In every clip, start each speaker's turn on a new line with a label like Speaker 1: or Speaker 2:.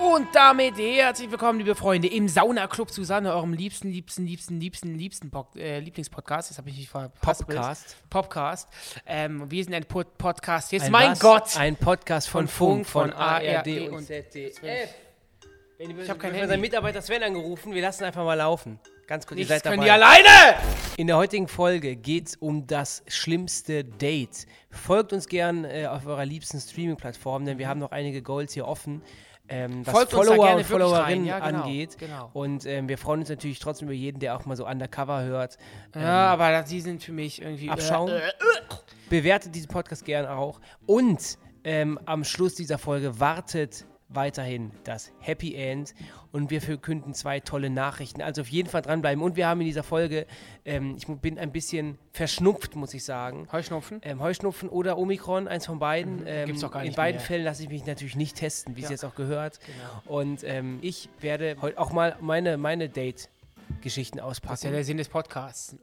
Speaker 1: Und damit herzlich willkommen, liebe Freunde, im Sauna-Club Susanne, eurem liebsten, liebsten, liebsten, liebsten, liebsten Pod äh, Lieblingspodcast. Jetzt habe ich mich verpasst.
Speaker 2: Popcast.
Speaker 1: Popcast. Ähm, wir sind ein Pod Podcast. Jetzt,
Speaker 2: Ein
Speaker 1: mein
Speaker 2: was?
Speaker 1: Gott.
Speaker 2: Ein Podcast von, Funk, von, ARD und E
Speaker 1: ZDF.
Speaker 2: ZDF. Ich
Speaker 1: hab kein Handy.
Speaker 2: Unseren Mitarbeiter Sven angerufen. Wir lassen einfach mal laufen. Ganz kurz, ihr
Speaker 1: Nichts
Speaker 2: seid
Speaker 1: können
Speaker 2: dabei.
Speaker 1: die alleine.
Speaker 2: In der heutigen Folge geht es um das schlimmste Date. Folgt uns gern äh, auf eurer liebsten Streaming-Plattform, denn wir haben noch einige Goals hier offen. Ähm, was
Speaker 1: Mhm. Folgt uns da
Speaker 2: Follower
Speaker 1: gerne
Speaker 2: und
Speaker 1: wirklich rein.
Speaker 2: Followerinnen
Speaker 1: Ja, genau,
Speaker 2: angeht.
Speaker 1: genau.
Speaker 2: Und ähm, wir freuen uns natürlich trotzdem über jeden, der auch mal so undercover hört.
Speaker 1: Ja, aber das- die sind für mich irgendwie.
Speaker 2: abschauen.
Speaker 1: Äh, äh,
Speaker 2: Bewertet diesen Podcast gern auch. Und ähm, am Schluss dieser Folge wartet weiterhin das Happy End. Und wir verkünden zwei tolle Nachrichten. Also auf jeden Fall dranbleiben. Und wir haben in dieser Folge, ähm, ich mu- bin ein bisschen verschnupft, muss ich sagen.
Speaker 1: Heuschnupfen.
Speaker 2: Ähm, Heuschnupfen oder Omikron, eins von beiden. Ähm,
Speaker 1: Mhm. Gibt's doch gar
Speaker 2: in
Speaker 1: nicht
Speaker 2: beiden
Speaker 1: mehr. Genau.
Speaker 2: Fällen lasse ich mich natürlich nicht testen, wie es jetzt auch gehört. Und ähm, ich werde heute auch mal meine, meine Date-Geschichten auspacken.
Speaker 1: Das ist ja der Sinn des Podcasts.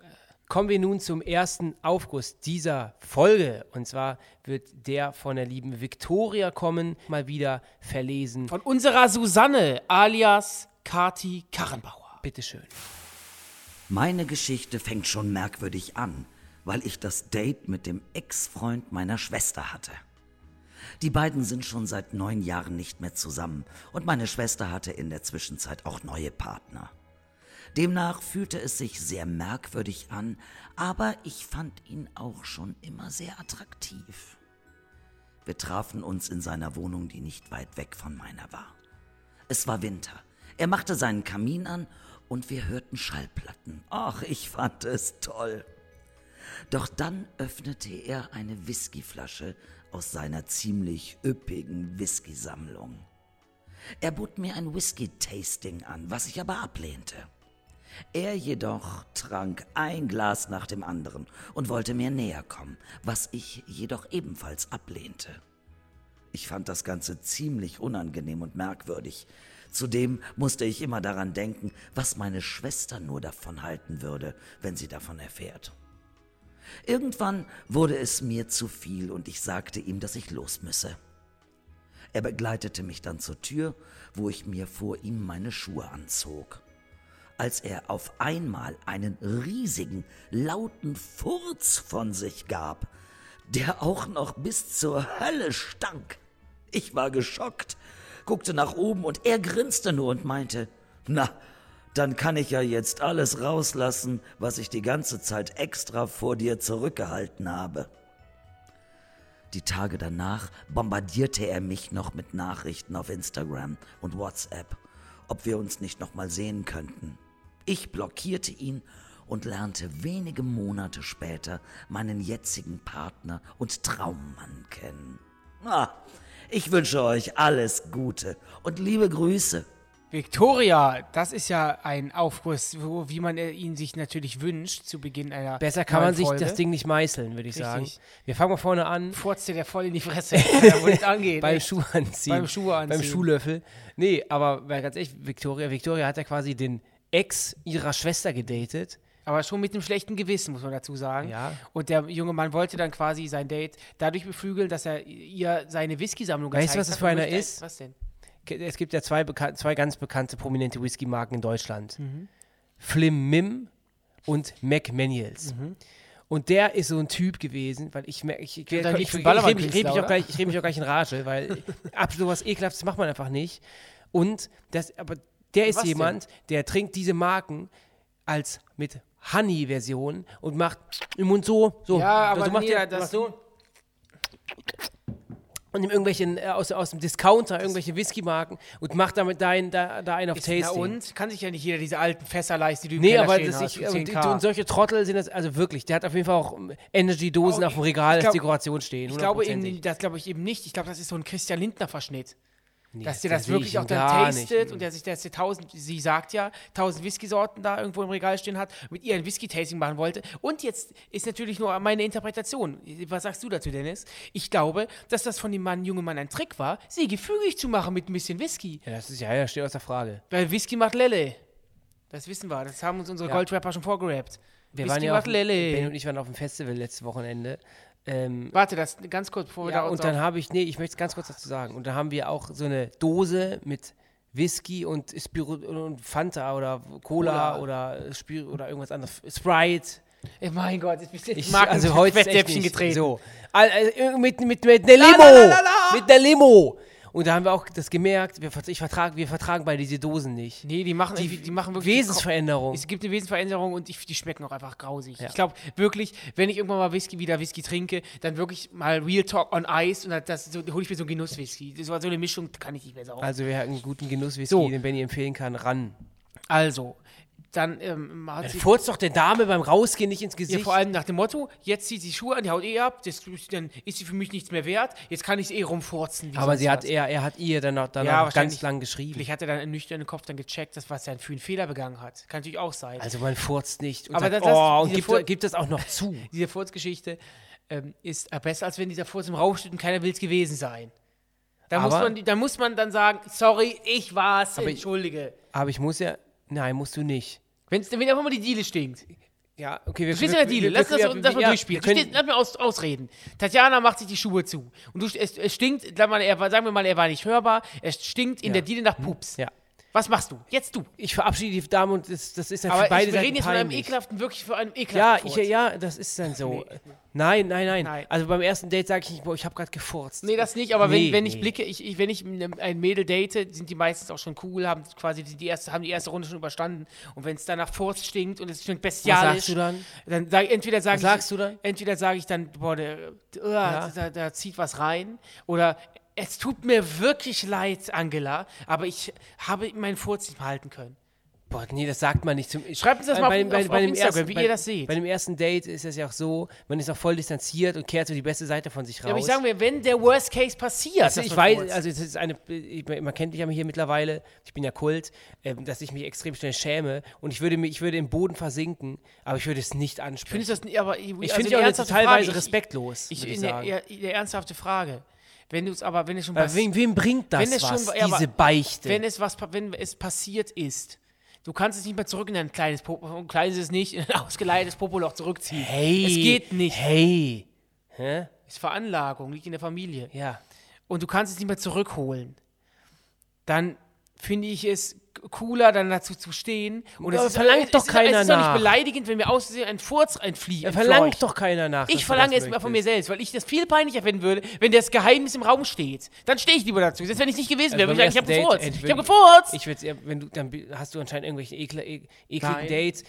Speaker 2: Kommen wir nun zum ersten Aufguss dieser Folge. Und zwar wird der von der lieben Victoria kommen, mal wieder verlesen.
Speaker 1: Von unserer Susanne, alias Kati Karrenbauer.
Speaker 2: Bitteschön.
Speaker 3: Meine Geschichte fängt schon merkwürdig an, weil ich das Date mit dem Ex-Freund meiner Schwester hatte. Die beiden sind schon seit neun Jahren nicht mehr zusammen und meine Schwester hatte in der Zwischenzeit auch neue Partner. Demnach fühlte es sich sehr merkwürdig an, aber ich fand ihn auch schon immer sehr attraktiv. Wir trafen uns in seiner Wohnung, die nicht weit weg von meiner war. Es war Winter. Er machte seinen Kamin an und wir hörten Schallplatten. Ach, ich fand es toll. Doch dann öffnete er eine Whiskyflasche aus seiner ziemlich üppigen Whiskysammlung. Er bot mir ein Whisky-Tasting an, was ich aber ablehnte. Er jedoch trank ein Glas nach dem anderen und wollte mir näher kommen, was ich jedoch ebenfalls ablehnte. Ich fand das Ganze ziemlich unangenehm und merkwürdig. Zudem musste ich immer daran denken, was meine Schwester nur davon halten würde, wenn sie davon erfährt. Irgendwann wurde es mir zu viel und ich sagte ihm, dass ich los müsse. Er begleitete mich dann zur Tür, wo ich mir vor ihm meine Schuhe anzog. Als er auf einmal einen riesigen, lauten Furz von sich gab, der auch noch bis zur Hölle stank. Ich war geschockt, guckte nach oben und er grinste nur und meinte, na, dann kann ich ja jetzt alles rauslassen, was ich die ganze Zeit extra vor dir zurückgehalten habe. Die Tage danach bombardierte er mich noch mit Nachrichten auf Instagram und WhatsApp, ob wir uns nicht nochmal sehen könnten. Ich blockierte ihn und lernte wenige Monate später meinen jetzigen Partner und Traummann kennen. Ah, ich wünsche euch alles Gute und liebe Grüße.
Speaker 1: Victoria, das ist ja ein Aufguss, wo, wie man äh, ihn sich natürlich wünscht zu Beginn einer.
Speaker 2: Besser kann man
Speaker 1: neuen
Speaker 2: sich
Speaker 1: Folge.
Speaker 2: das Ding nicht meißeln, würde ich
Speaker 1: Richtig.
Speaker 2: sagen. Wir fangen mal vorne an.
Speaker 1: furzt dir der voll in die Fresse, Alter, wo nicht angeht.
Speaker 2: Beim
Speaker 1: ey.
Speaker 2: Schuh anziehen.
Speaker 1: Beim Schuh anziehen.
Speaker 2: Beim Schuhlöffel. Nee, aber weil ganz ehrlich, Victoria, Victoria hat ja quasi den Ex ihrer Schwester gedatet.
Speaker 1: Aber schon mit einem schlechten Gewissen, muss man dazu sagen.
Speaker 2: Ja.
Speaker 1: Und der junge Mann wollte dann quasi sein Date dadurch beflügeln, dass er ihr seine Whisky-Sammlung
Speaker 2: Weißt
Speaker 1: gezeigt
Speaker 2: du, was das
Speaker 1: hat
Speaker 2: für
Speaker 1: und
Speaker 2: einer
Speaker 1: möchte-
Speaker 2: ist?
Speaker 1: Was denn?
Speaker 2: Ke- Es gibt ja zwei, bekan- zwei ganz bekannte prominente Whisky-Marken in Deutschland.
Speaker 1: Mhm.
Speaker 2: Flim Mim und Mac Manuels.
Speaker 1: Mhm.
Speaker 2: Und der ist so ein Typ gewesen, weil ich merke, ich, ich, ich,
Speaker 1: Und dann
Speaker 2: ich, ich,
Speaker 1: lief ein
Speaker 2: rede mich,
Speaker 1: Ballermann-Künstler,
Speaker 2: red mich, auch
Speaker 1: oder?
Speaker 2: gleich- ich red mich auch gleich in Rage, weil ab sowas ekelhaftes macht man einfach nicht. Und das, aber der ist
Speaker 1: Was denn?
Speaker 2: jemand, der trinkt diese Marken als mit Honey-Version und macht im Mund so, so,
Speaker 1: Ja,
Speaker 2: so
Speaker 1: aber
Speaker 2: macht
Speaker 1: nee,
Speaker 2: der-
Speaker 1: das-
Speaker 2: macht so. Und nimmt irgendwelchen äh, aus, aus dem Discounter irgendwelche Whisky-Marken und macht damit da, einen- da, da einen auf Tasting.
Speaker 1: Na und? Kann sich ja nicht jeder diese alten Fässer leisten, die du im
Speaker 2: Nee,
Speaker 1: Keller
Speaker 2: aber
Speaker 1: stehen
Speaker 2: das
Speaker 1: hast,
Speaker 2: ich,
Speaker 1: für
Speaker 2: und,
Speaker 1: 10K.
Speaker 2: und solche Trottel sind das, also wirklich, der hat auf jeden Fall auch ähm, Energy-Dosen
Speaker 1: Oh,
Speaker 2: auf dem
Speaker 1: ich-
Speaker 2: Regal
Speaker 1: ich
Speaker 2: als
Speaker 1: glaub-
Speaker 2: Dekoration stehen.
Speaker 1: ich glaube
Speaker 2: hundertprozentig.
Speaker 1: eben, das glaube ich eben nicht. Ich glaube, das ist so ein Christian Lindner-Verschnitt. dass
Speaker 2: das
Speaker 1: dir das
Speaker 2: sehe ich
Speaker 1: wirklich auch
Speaker 2: ihn
Speaker 1: dann
Speaker 2: gar nicht. Mhm.
Speaker 1: tastet und der sich, dass der tausend, sie sagt ja, tausend Whiskysorten da irgendwo im Regal stehen hat, mit ihr ein Whisky-Tasting machen wollte. Und jetzt ist natürlich nur meine Interpretation. Was sagst du dazu, Dennis? Ich glaube, dass das von dem Mann, jungen Mann ein Trick war, sie gefügig zu machen mit ein bisschen Whisky.
Speaker 2: Ja, das ist ja, ja, steht außer Frage.
Speaker 1: Weil Whisky macht Lelle. Das wissen wir. Das haben uns unsere
Speaker 2: Ja.
Speaker 1: Goldrapper schon vorgerappt.
Speaker 2: Wir
Speaker 1: Whisky
Speaker 2: waren ja
Speaker 1: macht
Speaker 2: auf, Ben
Speaker 1: Lelle.
Speaker 2: und ich waren auf dem Festival letztes Wochenende. Ähm,
Speaker 1: Warte, das ganz kurz, bevor wir
Speaker 2: ja,
Speaker 1: da uns
Speaker 2: und dann habe ich, nee, ich möchte es ganz kurz dazu sagen. Und dann haben wir auch so eine Dose mit Whisky und, Spiru und Fanta oder Cola,
Speaker 1: Cola.
Speaker 2: oder Spir oder irgendwas anderes. Sprite.
Speaker 1: Ey, mein Gott, jetzt bist du
Speaker 2: Ich
Speaker 1: mag
Speaker 2: also heute ist echt
Speaker 1: Fettdäpfchen
Speaker 2: nicht.
Speaker 1: getreten.
Speaker 2: So. Al- also, mit, mit, mit einer Limo. Mit einer Limo. Und da haben wir auch das gemerkt, wir, vert- ich vertrag, wir vertragen beide diese Dosen nicht.
Speaker 1: Nee, die machen, die, die machen wirklich.
Speaker 2: Wesensveränderung.
Speaker 1: Es gibt eine Wesensveränderung und ich, die schmecken auch einfach grausig.
Speaker 2: Ja.
Speaker 1: Ich glaube wirklich, wenn ich irgendwann mal Whisky wieder Whisky trinke, dann wirklich mal Real Talk on Ice und dann das, so, hole ich mir so einen Genuss-Whisky. Das war so eine Mischung, kann ich nicht mehr saugen.
Speaker 2: Also wir hatten einen guten Genusswhisky,
Speaker 1: So.
Speaker 2: den Benny empfehlen kann, ran.
Speaker 1: Also, dann ähm, hat sie.
Speaker 2: Furzt doch der Dame beim Rausgehen nicht ins
Speaker 1: Ja,
Speaker 2: Gesicht.
Speaker 1: vor allem nach dem Motto, jetzt zieht sie Schuhe an, die haut eh ab, das, dann ist sie für mich nichts mehr wert, jetzt kann ich es eh rumfurzen. wie
Speaker 2: Aber
Speaker 1: sonst
Speaker 2: sie hat,
Speaker 1: was.
Speaker 2: er, er hat ihr dann auch
Speaker 1: Ja,
Speaker 2: danach
Speaker 1: wahrscheinlich-
Speaker 2: ganz lang geschrieben.
Speaker 1: Vielleicht hat er dann im nüchternen Kopf dann gecheckt, dass was er für einen Fehler begangen hat. Kann natürlich auch sein.
Speaker 2: Also man furzt nicht und
Speaker 1: Aber
Speaker 2: sagt,
Speaker 1: das- das-
Speaker 2: oh, und
Speaker 1: diese
Speaker 2: gibt,
Speaker 1: Fur-
Speaker 2: gibt das auch noch zu.
Speaker 1: diese Furzgeschichte ähm, ist äh, besser, als wenn dieser Furz im Raum steht und keiner will es gewesen sein. Da muss,
Speaker 2: Aber-
Speaker 1: man, da muss man dann sagen, sorry, ich war's,
Speaker 2: Aber ich-
Speaker 1: entschuldige.
Speaker 2: Aber ich muss ja, nein, musst du nicht.
Speaker 1: Wenn's, wenn einfach mal die Diele stinkt.
Speaker 2: Ja, okay, wir
Speaker 1: Du stehst in der Diele, lass das, das mal durchspielen. Du stehst, lass mir aus, ausreden. Tatjana macht sich die Schuhe zu. Und du, es, es stinkt, sag mal, er, war- sagen wir mal, er war nicht hörbar, es stinkt in der Diele nach Pups.
Speaker 2: Ja.
Speaker 1: Was machst du? Jetzt du.
Speaker 2: Ich verabschiede die Dame und das, das ist dann
Speaker 1: Aber
Speaker 2: für beide
Speaker 1: ich, wir
Speaker 2: Seiten
Speaker 1: reden jetzt von einem
Speaker 2: peinlich.
Speaker 1: ekelhaften, wirklich von einem
Speaker 2: ja,
Speaker 1: ekelhaften
Speaker 2: ich,
Speaker 1: Furz.
Speaker 2: ja, das ist dann so. Nein, nein, nein,
Speaker 1: Nein.
Speaker 2: Also beim ersten Date sage ich nicht, boah, ich habe gerade gefurzt.
Speaker 1: Nee, das nicht, aber
Speaker 2: Nee,
Speaker 1: wenn, wenn
Speaker 2: nee.
Speaker 1: ich blicke, ich, ich, wenn ich ne- ein Mädel date, sind die meistens auch schon cool, haben quasi die, die erste, haben die erste Runde schon überstanden. Und wenn es danach Furz stinkt und es stinkt bestialisch.
Speaker 2: sagst du dann?
Speaker 1: Dann sag, entweder sage ich,
Speaker 2: sagst du dann?
Speaker 1: Entweder sage ich dann, boah, der, äh, da, da zieht was rein. Oder es tut mir wirklich leid, Angela, aber ich habe meinen Furz nicht behalten können.
Speaker 2: Boah, nee, das sagt man nicht. Zum,
Speaker 1: Schreibt uns das mal auf- auf- auf
Speaker 2: dem
Speaker 1: Instagram, wie
Speaker 2: bei,
Speaker 1: ihr das seht.
Speaker 2: Bei dem ersten Date ist das ja auch so, man ist auch voll distanziert und kehrt so die beste Seite von sich raus.
Speaker 1: Ja, aber ich sage mir, wenn der Worst Case passiert,
Speaker 2: Also
Speaker 1: das
Speaker 2: ich
Speaker 1: mit
Speaker 2: weiß,
Speaker 1: Furz.
Speaker 2: also es ist eine, ich, man kennt mich ja hier mittlerweile, ich bin ja Kult, ähm, dass ich mich extrem schnell schäme und ich würde, mich, ich würde im Boden versinken, aber ich würde es nicht ansprechen.
Speaker 1: findest du das nicht, aber
Speaker 2: ich
Speaker 1: also
Speaker 2: finde
Speaker 1: die
Speaker 2: ja auch das
Speaker 1: ernsthafte
Speaker 2: teilweise
Speaker 1: Frage, ich-
Speaker 2: respektlos,
Speaker 1: Ich,
Speaker 2: würde ich
Speaker 1: in der,
Speaker 2: sagen.
Speaker 1: ja, in der ernsthafte Frage. Wenn du es aber, wenn es schon
Speaker 2: aber
Speaker 1: was,
Speaker 2: wem, wem bringt das
Speaker 1: wenn es
Speaker 2: was,
Speaker 1: schon- ja, aber-
Speaker 2: diese Beichte?
Speaker 1: wenn es was, pa- wenn es passiert ist, du kannst es nicht mehr zurück in ein kleines, po ein kleines ist nicht, in ein ausgeleitetes Popoloch zurückziehen.
Speaker 2: hey,
Speaker 1: es geht nicht.
Speaker 2: Hey,
Speaker 1: Es ist Veranlagung, liegt in der Familie.
Speaker 2: ja.
Speaker 1: Und du kannst es nicht mehr zurückholen. Dann finde ich es cooler, dann dazu zu stehen. Und es
Speaker 2: Aber
Speaker 1: ist-
Speaker 2: verlangt
Speaker 1: es
Speaker 2: doch
Speaker 1: ist,
Speaker 2: keiner
Speaker 1: Es ist doch
Speaker 2: nach.
Speaker 1: nicht beleidigend, wenn mir auszusehen ein Furz einfliegt.
Speaker 2: Da verlangt doch keiner nach. dass
Speaker 1: Ich
Speaker 2: du
Speaker 1: verlange
Speaker 2: das
Speaker 1: es mal von mir
Speaker 2: möchtest.
Speaker 1: selbst, weil ich das viel peinlicher finden würde, wenn das Geheimnis im Raum steht. Dann stehe ich lieber dazu. Selbst wenn ich nicht gewesen wäre,
Speaker 2: Also
Speaker 1: würde ich
Speaker 2: beim
Speaker 1: sagen, ich habe
Speaker 2: ersten
Speaker 1: gefurzt.
Speaker 2: Date,
Speaker 1: Ich habe
Speaker 2: entweder-
Speaker 1: gefurzt. Ich,
Speaker 2: Ich würde eher, wenn du, dann bi- hast du anscheinend irgendwelche ekle, ek- ekligen
Speaker 1: Nein.
Speaker 2: Dates.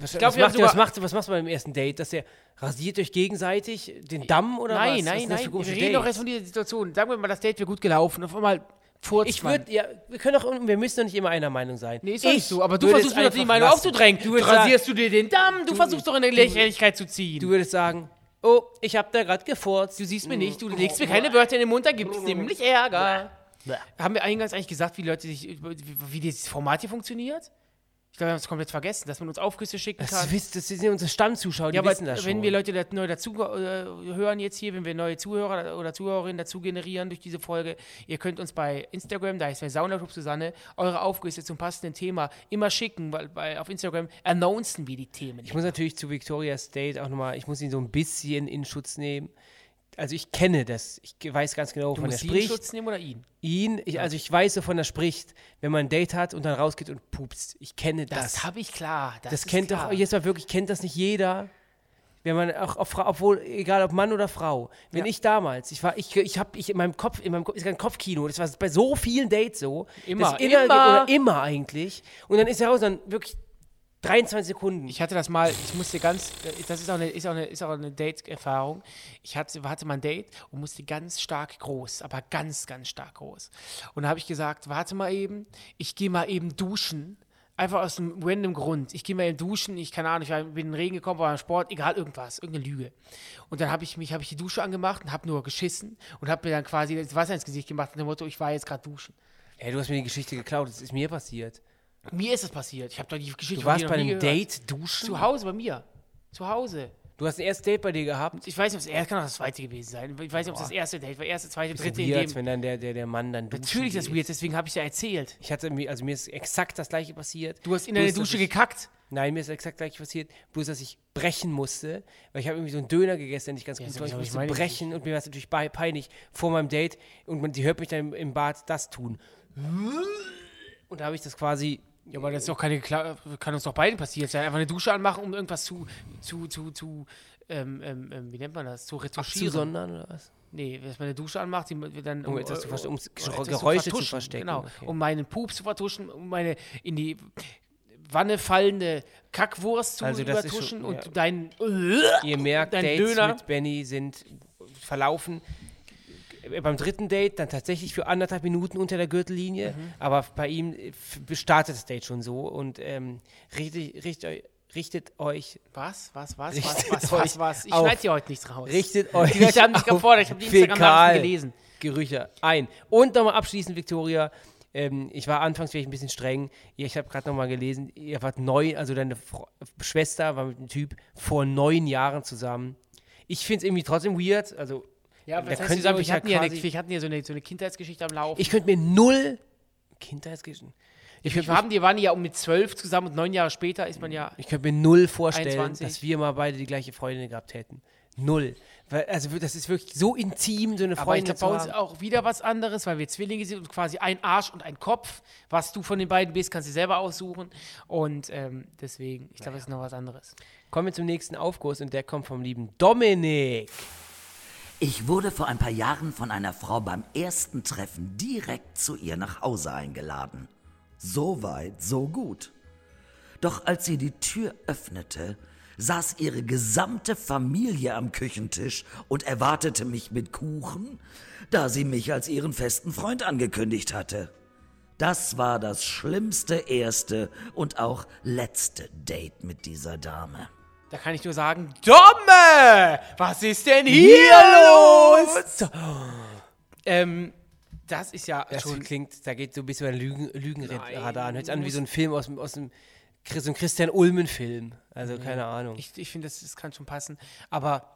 Speaker 2: Was,
Speaker 1: glaub,
Speaker 2: was,
Speaker 1: wir haben
Speaker 2: macht ihr, was,
Speaker 1: sogar-
Speaker 2: macht, ihr- was machst du beim ersten Date? Dass ihr rasiert euch gegenseitig den Damm oder
Speaker 1: nein,
Speaker 2: was?
Speaker 1: nein,
Speaker 2: was? ist das für
Speaker 1: nein. Wir
Speaker 2: komische
Speaker 1: reden doch
Speaker 2: Dates?
Speaker 1: jetzt von dieser Situation. Sagen wir mal, das Date wäre gut gelaufen. Auf einmal furzt
Speaker 2: Ich
Speaker 1: man.
Speaker 2: würde, ja, wir können doch, wir müssen doch nicht immer einer Meinung sein.
Speaker 1: Nee, ist doch
Speaker 2: ich
Speaker 1: nicht so. Aber du
Speaker 2: würde
Speaker 1: versuchst
Speaker 2: es
Speaker 1: mir doch die
Speaker 2: einfach
Speaker 1: Meinung
Speaker 2: lassen.
Speaker 1: aufzudrängen.
Speaker 2: Du
Speaker 1: Du
Speaker 2: würdest
Speaker 1: rasierst du dir den Damm. Du, versuchst doch in der Lächerlichkeit zu ziehen.
Speaker 2: Du
Speaker 1: Du,
Speaker 2: würdest sagen, oh, ich habe da gerade gefurzt. Du
Speaker 1: siehst mir nicht. Du legst mir keine Wörter in den Mund. Da gibt es nämlich Ärger. Haben wir eingangs eigentlich gesagt, wie Leute sich, über- wie wie dieses Format hier funktioniert? Ich glaube, wir haben es komplett vergessen, dass man uns Aufgüsse schicken kann.
Speaker 2: Das, wisst- das sind unsere Stammzuschauer, die
Speaker 1: Ja, aber
Speaker 2: wissen das schon.
Speaker 1: wenn wir Leute da- neu dazu äh, hören jetzt hier, wenn wir neue Zuhörer oder Zuhörerinnen dazu generieren durch diese Folge, ihr könnt uns bei Instagram, da heißt wir Sauna Club Susanne, eure Aufgüsse zum passenden Thema immer schicken, weil bei, auf Instagram announcen wir die Themen.
Speaker 2: Ich muss natürlich zu Victoria State auch nochmal, ich muss ihn so ein bisschen in Schutz nehmen. Also ich kenne das, ich ge- weiß ganz genau,
Speaker 1: du
Speaker 2: wovon er
Speaker 1: musst ihn in
Speaker 2: spricht.
Speaker 1: Schutz nehmen oder ihn?
Speaker 2: Ihn, ich, also ich weiß, wovon er spricht, wenn man ein Date hat und dann rausgeht und pupst. Ich kenne das.
Speaker 1: Das, habe ich klar. Das,
Speaker 2: das
Speaker 1: ist
Speaker 2: kennt
Speaker 1: klar.
Speaker 2: doch, jetzt mal wirklich, kennt das nicht jeder. Wenn man auch, auf Frau, obwohl, egal ob Mann oder Frau, wenn ich damals, ich war, ich, ich hab, ich in meinem Kopf, in meinem Kopf ist kein Kopfkino, das war bei so vielen Dates so.
Speaker 1: Immer,
Speaker 2: das innerlich-
Speaker 1: immer.
Speaker 2: Oder immer eigentlich. Und dann ist er raus, dann wirklich 23 Sekunden.
Speaker 1: Ich hatte das mal, ich musste ganz, das ist auch eine, ist auch eine, ist auch eine Date-Erfahrung. Ich hatte, hatte mal ein Date und musste ganz stark groß, aber ganz, ganz stark groß. Und da habe ich gesagt, warte mal eben, ich gehe mal eben duschen. Einfach aus einem random Grund. Ich gehe mal duschen, ich keine Ahnung, ich war- bin in den Regen gekommen, war beim Sport, egal irgendwas, irgendeine Lüge. Und dann habe ich mich, habe ich die Dusche angemacht und habe nur geschissen und habe mir dann quasi das Wasser ins Gesicht gemacht mit dem Motto, ich war jetzt gerade duschen.
Speaker 2: Ey, du hast mir die Geschichte geklaut, das ist mir passiert.
Speaker 1: Mir ist das passiert. Ich habe da die Geschichte
Speaker 2: Du
Speaker 1: von
Speaker 2: warst
Speaker 1: dir noch
Speaker 2: bei
Speaker 1: nie
Speaker 2: einem
Speaker 1: gehört.
Speaker 2: Date duschen?
Speaker 1: Zu Hause bei mir. Zu Hause.
Speaker 2: Du hast ein erstes Date bei dir gehabt?
Speaker 1: Ich weiß nicht, ob es das erste, kann auch das zweite gewesen sein. Ich weiß nicht, ob es das erste Date war. Erste, zweite,
Speaker 2: Ist
Speaker 1: dritte.
Speaker 2: so
Speaker 1: in
Speaker 2: weird,
Speaker 1: dem.
Speaker 2: wenn dann der, der, der Mann dann duschen
Speaker 1: Natürlich ist das
Speaker 2: geht.
Speaker 1: weird, deswegen habe ich ja erzählt.
Speaker 2: Ich hatte mir, also mir ist exakt das gleiche passiert.
Speaker 1: Du hast in
Speaker 2: Bloß,
Speaker 1: deine
Speaker 2: dass
Speaker 1: Dusche
Speaker 2: ich-
Speaker 1: gekackt.
Speaker 2: Nein, mir ist exakt gleich passiert, bloß dass ich brechen musste, weil ich habe irgendwie so einen Döner gegessen, der nicht ganz gut
Speaker 1: so
Speaker 2: war. Ich
Speaker 1: genau, ich
Speaker 2: musste
Speaker 1: meine
Speaker 2: brechen und mir war es natürlich bei- peinlich vor meinem Date und man, die hört mich dann im, im Bad das tun. Und da habe ich das quasi.
Speaker 1: Ja, aber das ist doch keine Kla kann uns doch beiden passiert sein. Einfach eine Dusche anmachen, um irgendwas zu, zu, zu, zu, ähm, ähm, ähm, wie nennt man das? Zu retuschieren.
Speaker 2: Abzusondern oder was?
Speaker 1: nee, dass man eine Dusche anmacht, die man dann
Speaker 2: Um etwas zu verste- um Geräusche zu
Speaker 1: vertuschen,
Speaker 2: verstecken,
Speaker 1: Genau,
Speaker 2: okay.
Speaker 1: um meinen Pups zu vertuschen, um meine in die Wanne fallende Kackwurst zu
Speaker 2: Also das ist
Speaker 1: übertuschen
Speaker 2: schon-
Speaker 1: und
Speaker 2: ja.
Speaker 1: deinen
Speaker 2: Ihr merkt,
Speaker 1: Dein
Speaker 2: Dates
Speaker 1: Döner.
Speaker 2: mit Benny sind verlaufen. Beim dritten Date dann tatsächlich für anderthalb Minuten unter der Gürtellinie,
Speaker 1: Mhm.
Speaker 2: aber bei ihm äh, f- startet das Date schon so und ähm, richtig, richtig, richtet euch
Speaker 1: Was? Was? Was?
Speaker 2: Richtet
Speaker 1: was? Was?
Speaker 2: euch
Speaker 1: Was? was? Ich
Speaker 2: auf.
Speaker 1: schneide dir heute nichts raus.
Speaker 2: Richtet euch
Speaker 1: Die Leute haben dich
Speaker 2: auf
Speaker 1: gefordert. Ich habe die Instagram
Speaker 2: Fäkal-
Speaker 1: gelesen.
Speaker 2: Gerüche ein. Und nochmal abschließend, Victoria. Ähm, ich war anfangs vielleicht ein bisschen streng. Ihr- Ich habe gerade nochmal gelesen, ihr wart neun, also deine Fro Schwester war mit einem Typ vor neun Jahren zusammen. Ich finde es irgendwie trotzdem weird. Also,
Speaker 1: Ja,
Speaker 2: Da
Speaker 1: aber das heißt,
Speaker 2: könnt ihr
Speaker 1: zusammen,
Speaker 2: euch
Speaker 1: ich
Speaker 2: ja
Speaker 1: hatten ja, eine,
Speaker 2: quasi-
Speaker 1: wir hatten ja so eine, so eine Kindheitsgeschichte am Laufen.
Speaker 2: ich könnte mir null Kindheitsgeschichten. Ich
Speaker 1: Wir
Speaker 2: könnte
Speaker 1: haben die waren ja um mit zwölf zusammen und neun Jahre später ist man ja.
Speaker 2: Ich könnte mir null vorstellen,
Speaker 1: 21.
Speaker 2: dass wir mal beide die gleiche Freundin gehabt hätten. Null. Weil, also das ist wirklich so intim, so eine
Speaker 1: Aber ich
Speaker 2: Freundin
Speaker 1: glaube,
Speaker 2: zu
Speaker 1: bei uns
Speaker 2: haben.
Speaker 1: auch wieder was anderes, weil wir Zwillinge sind und quasi ein Arsch und ein Kopf. Was du von den beiden bist, kannst du selber aussuchen. Und ähm, deswegen, ich glaube, es ist noch was anderes.
Speaker 2: Kommen wir zum nächsten Aufguss und der kommt vom lieben Dominik.
Speaker 3: Ich wurde vor ein paar Jahren von einer Frau beim ersten Treffen direkt zu ihr nach Hause eingeladen. So weit, so gut. Doch als sie die Tür öffnete, saß ihre gesamte Familie am Küchentisch und erwartete mich mit Kuchen, da sie mich als ihren festen Freund angekündigt hatte. Das war das schlimmste erste und auch letzte Date mit dieser Dame.
Speaker 1: Da kann ich nur sagen, Domme! Was ist denn hier, los? Ähm, das ist ja
Speaker 2: Das
Speaker 1: schon
Speaker 2: klingt, da geht so ein bisschen mein Lügen, Lügenradar an. Hört sich an wie so ein Film aus, dem- aus dem Chris- so ein Christian Ulmen-Film. Also keine Ahnung.
Speaker 1: Ich, ich finde, das, das kann schon passen. Aber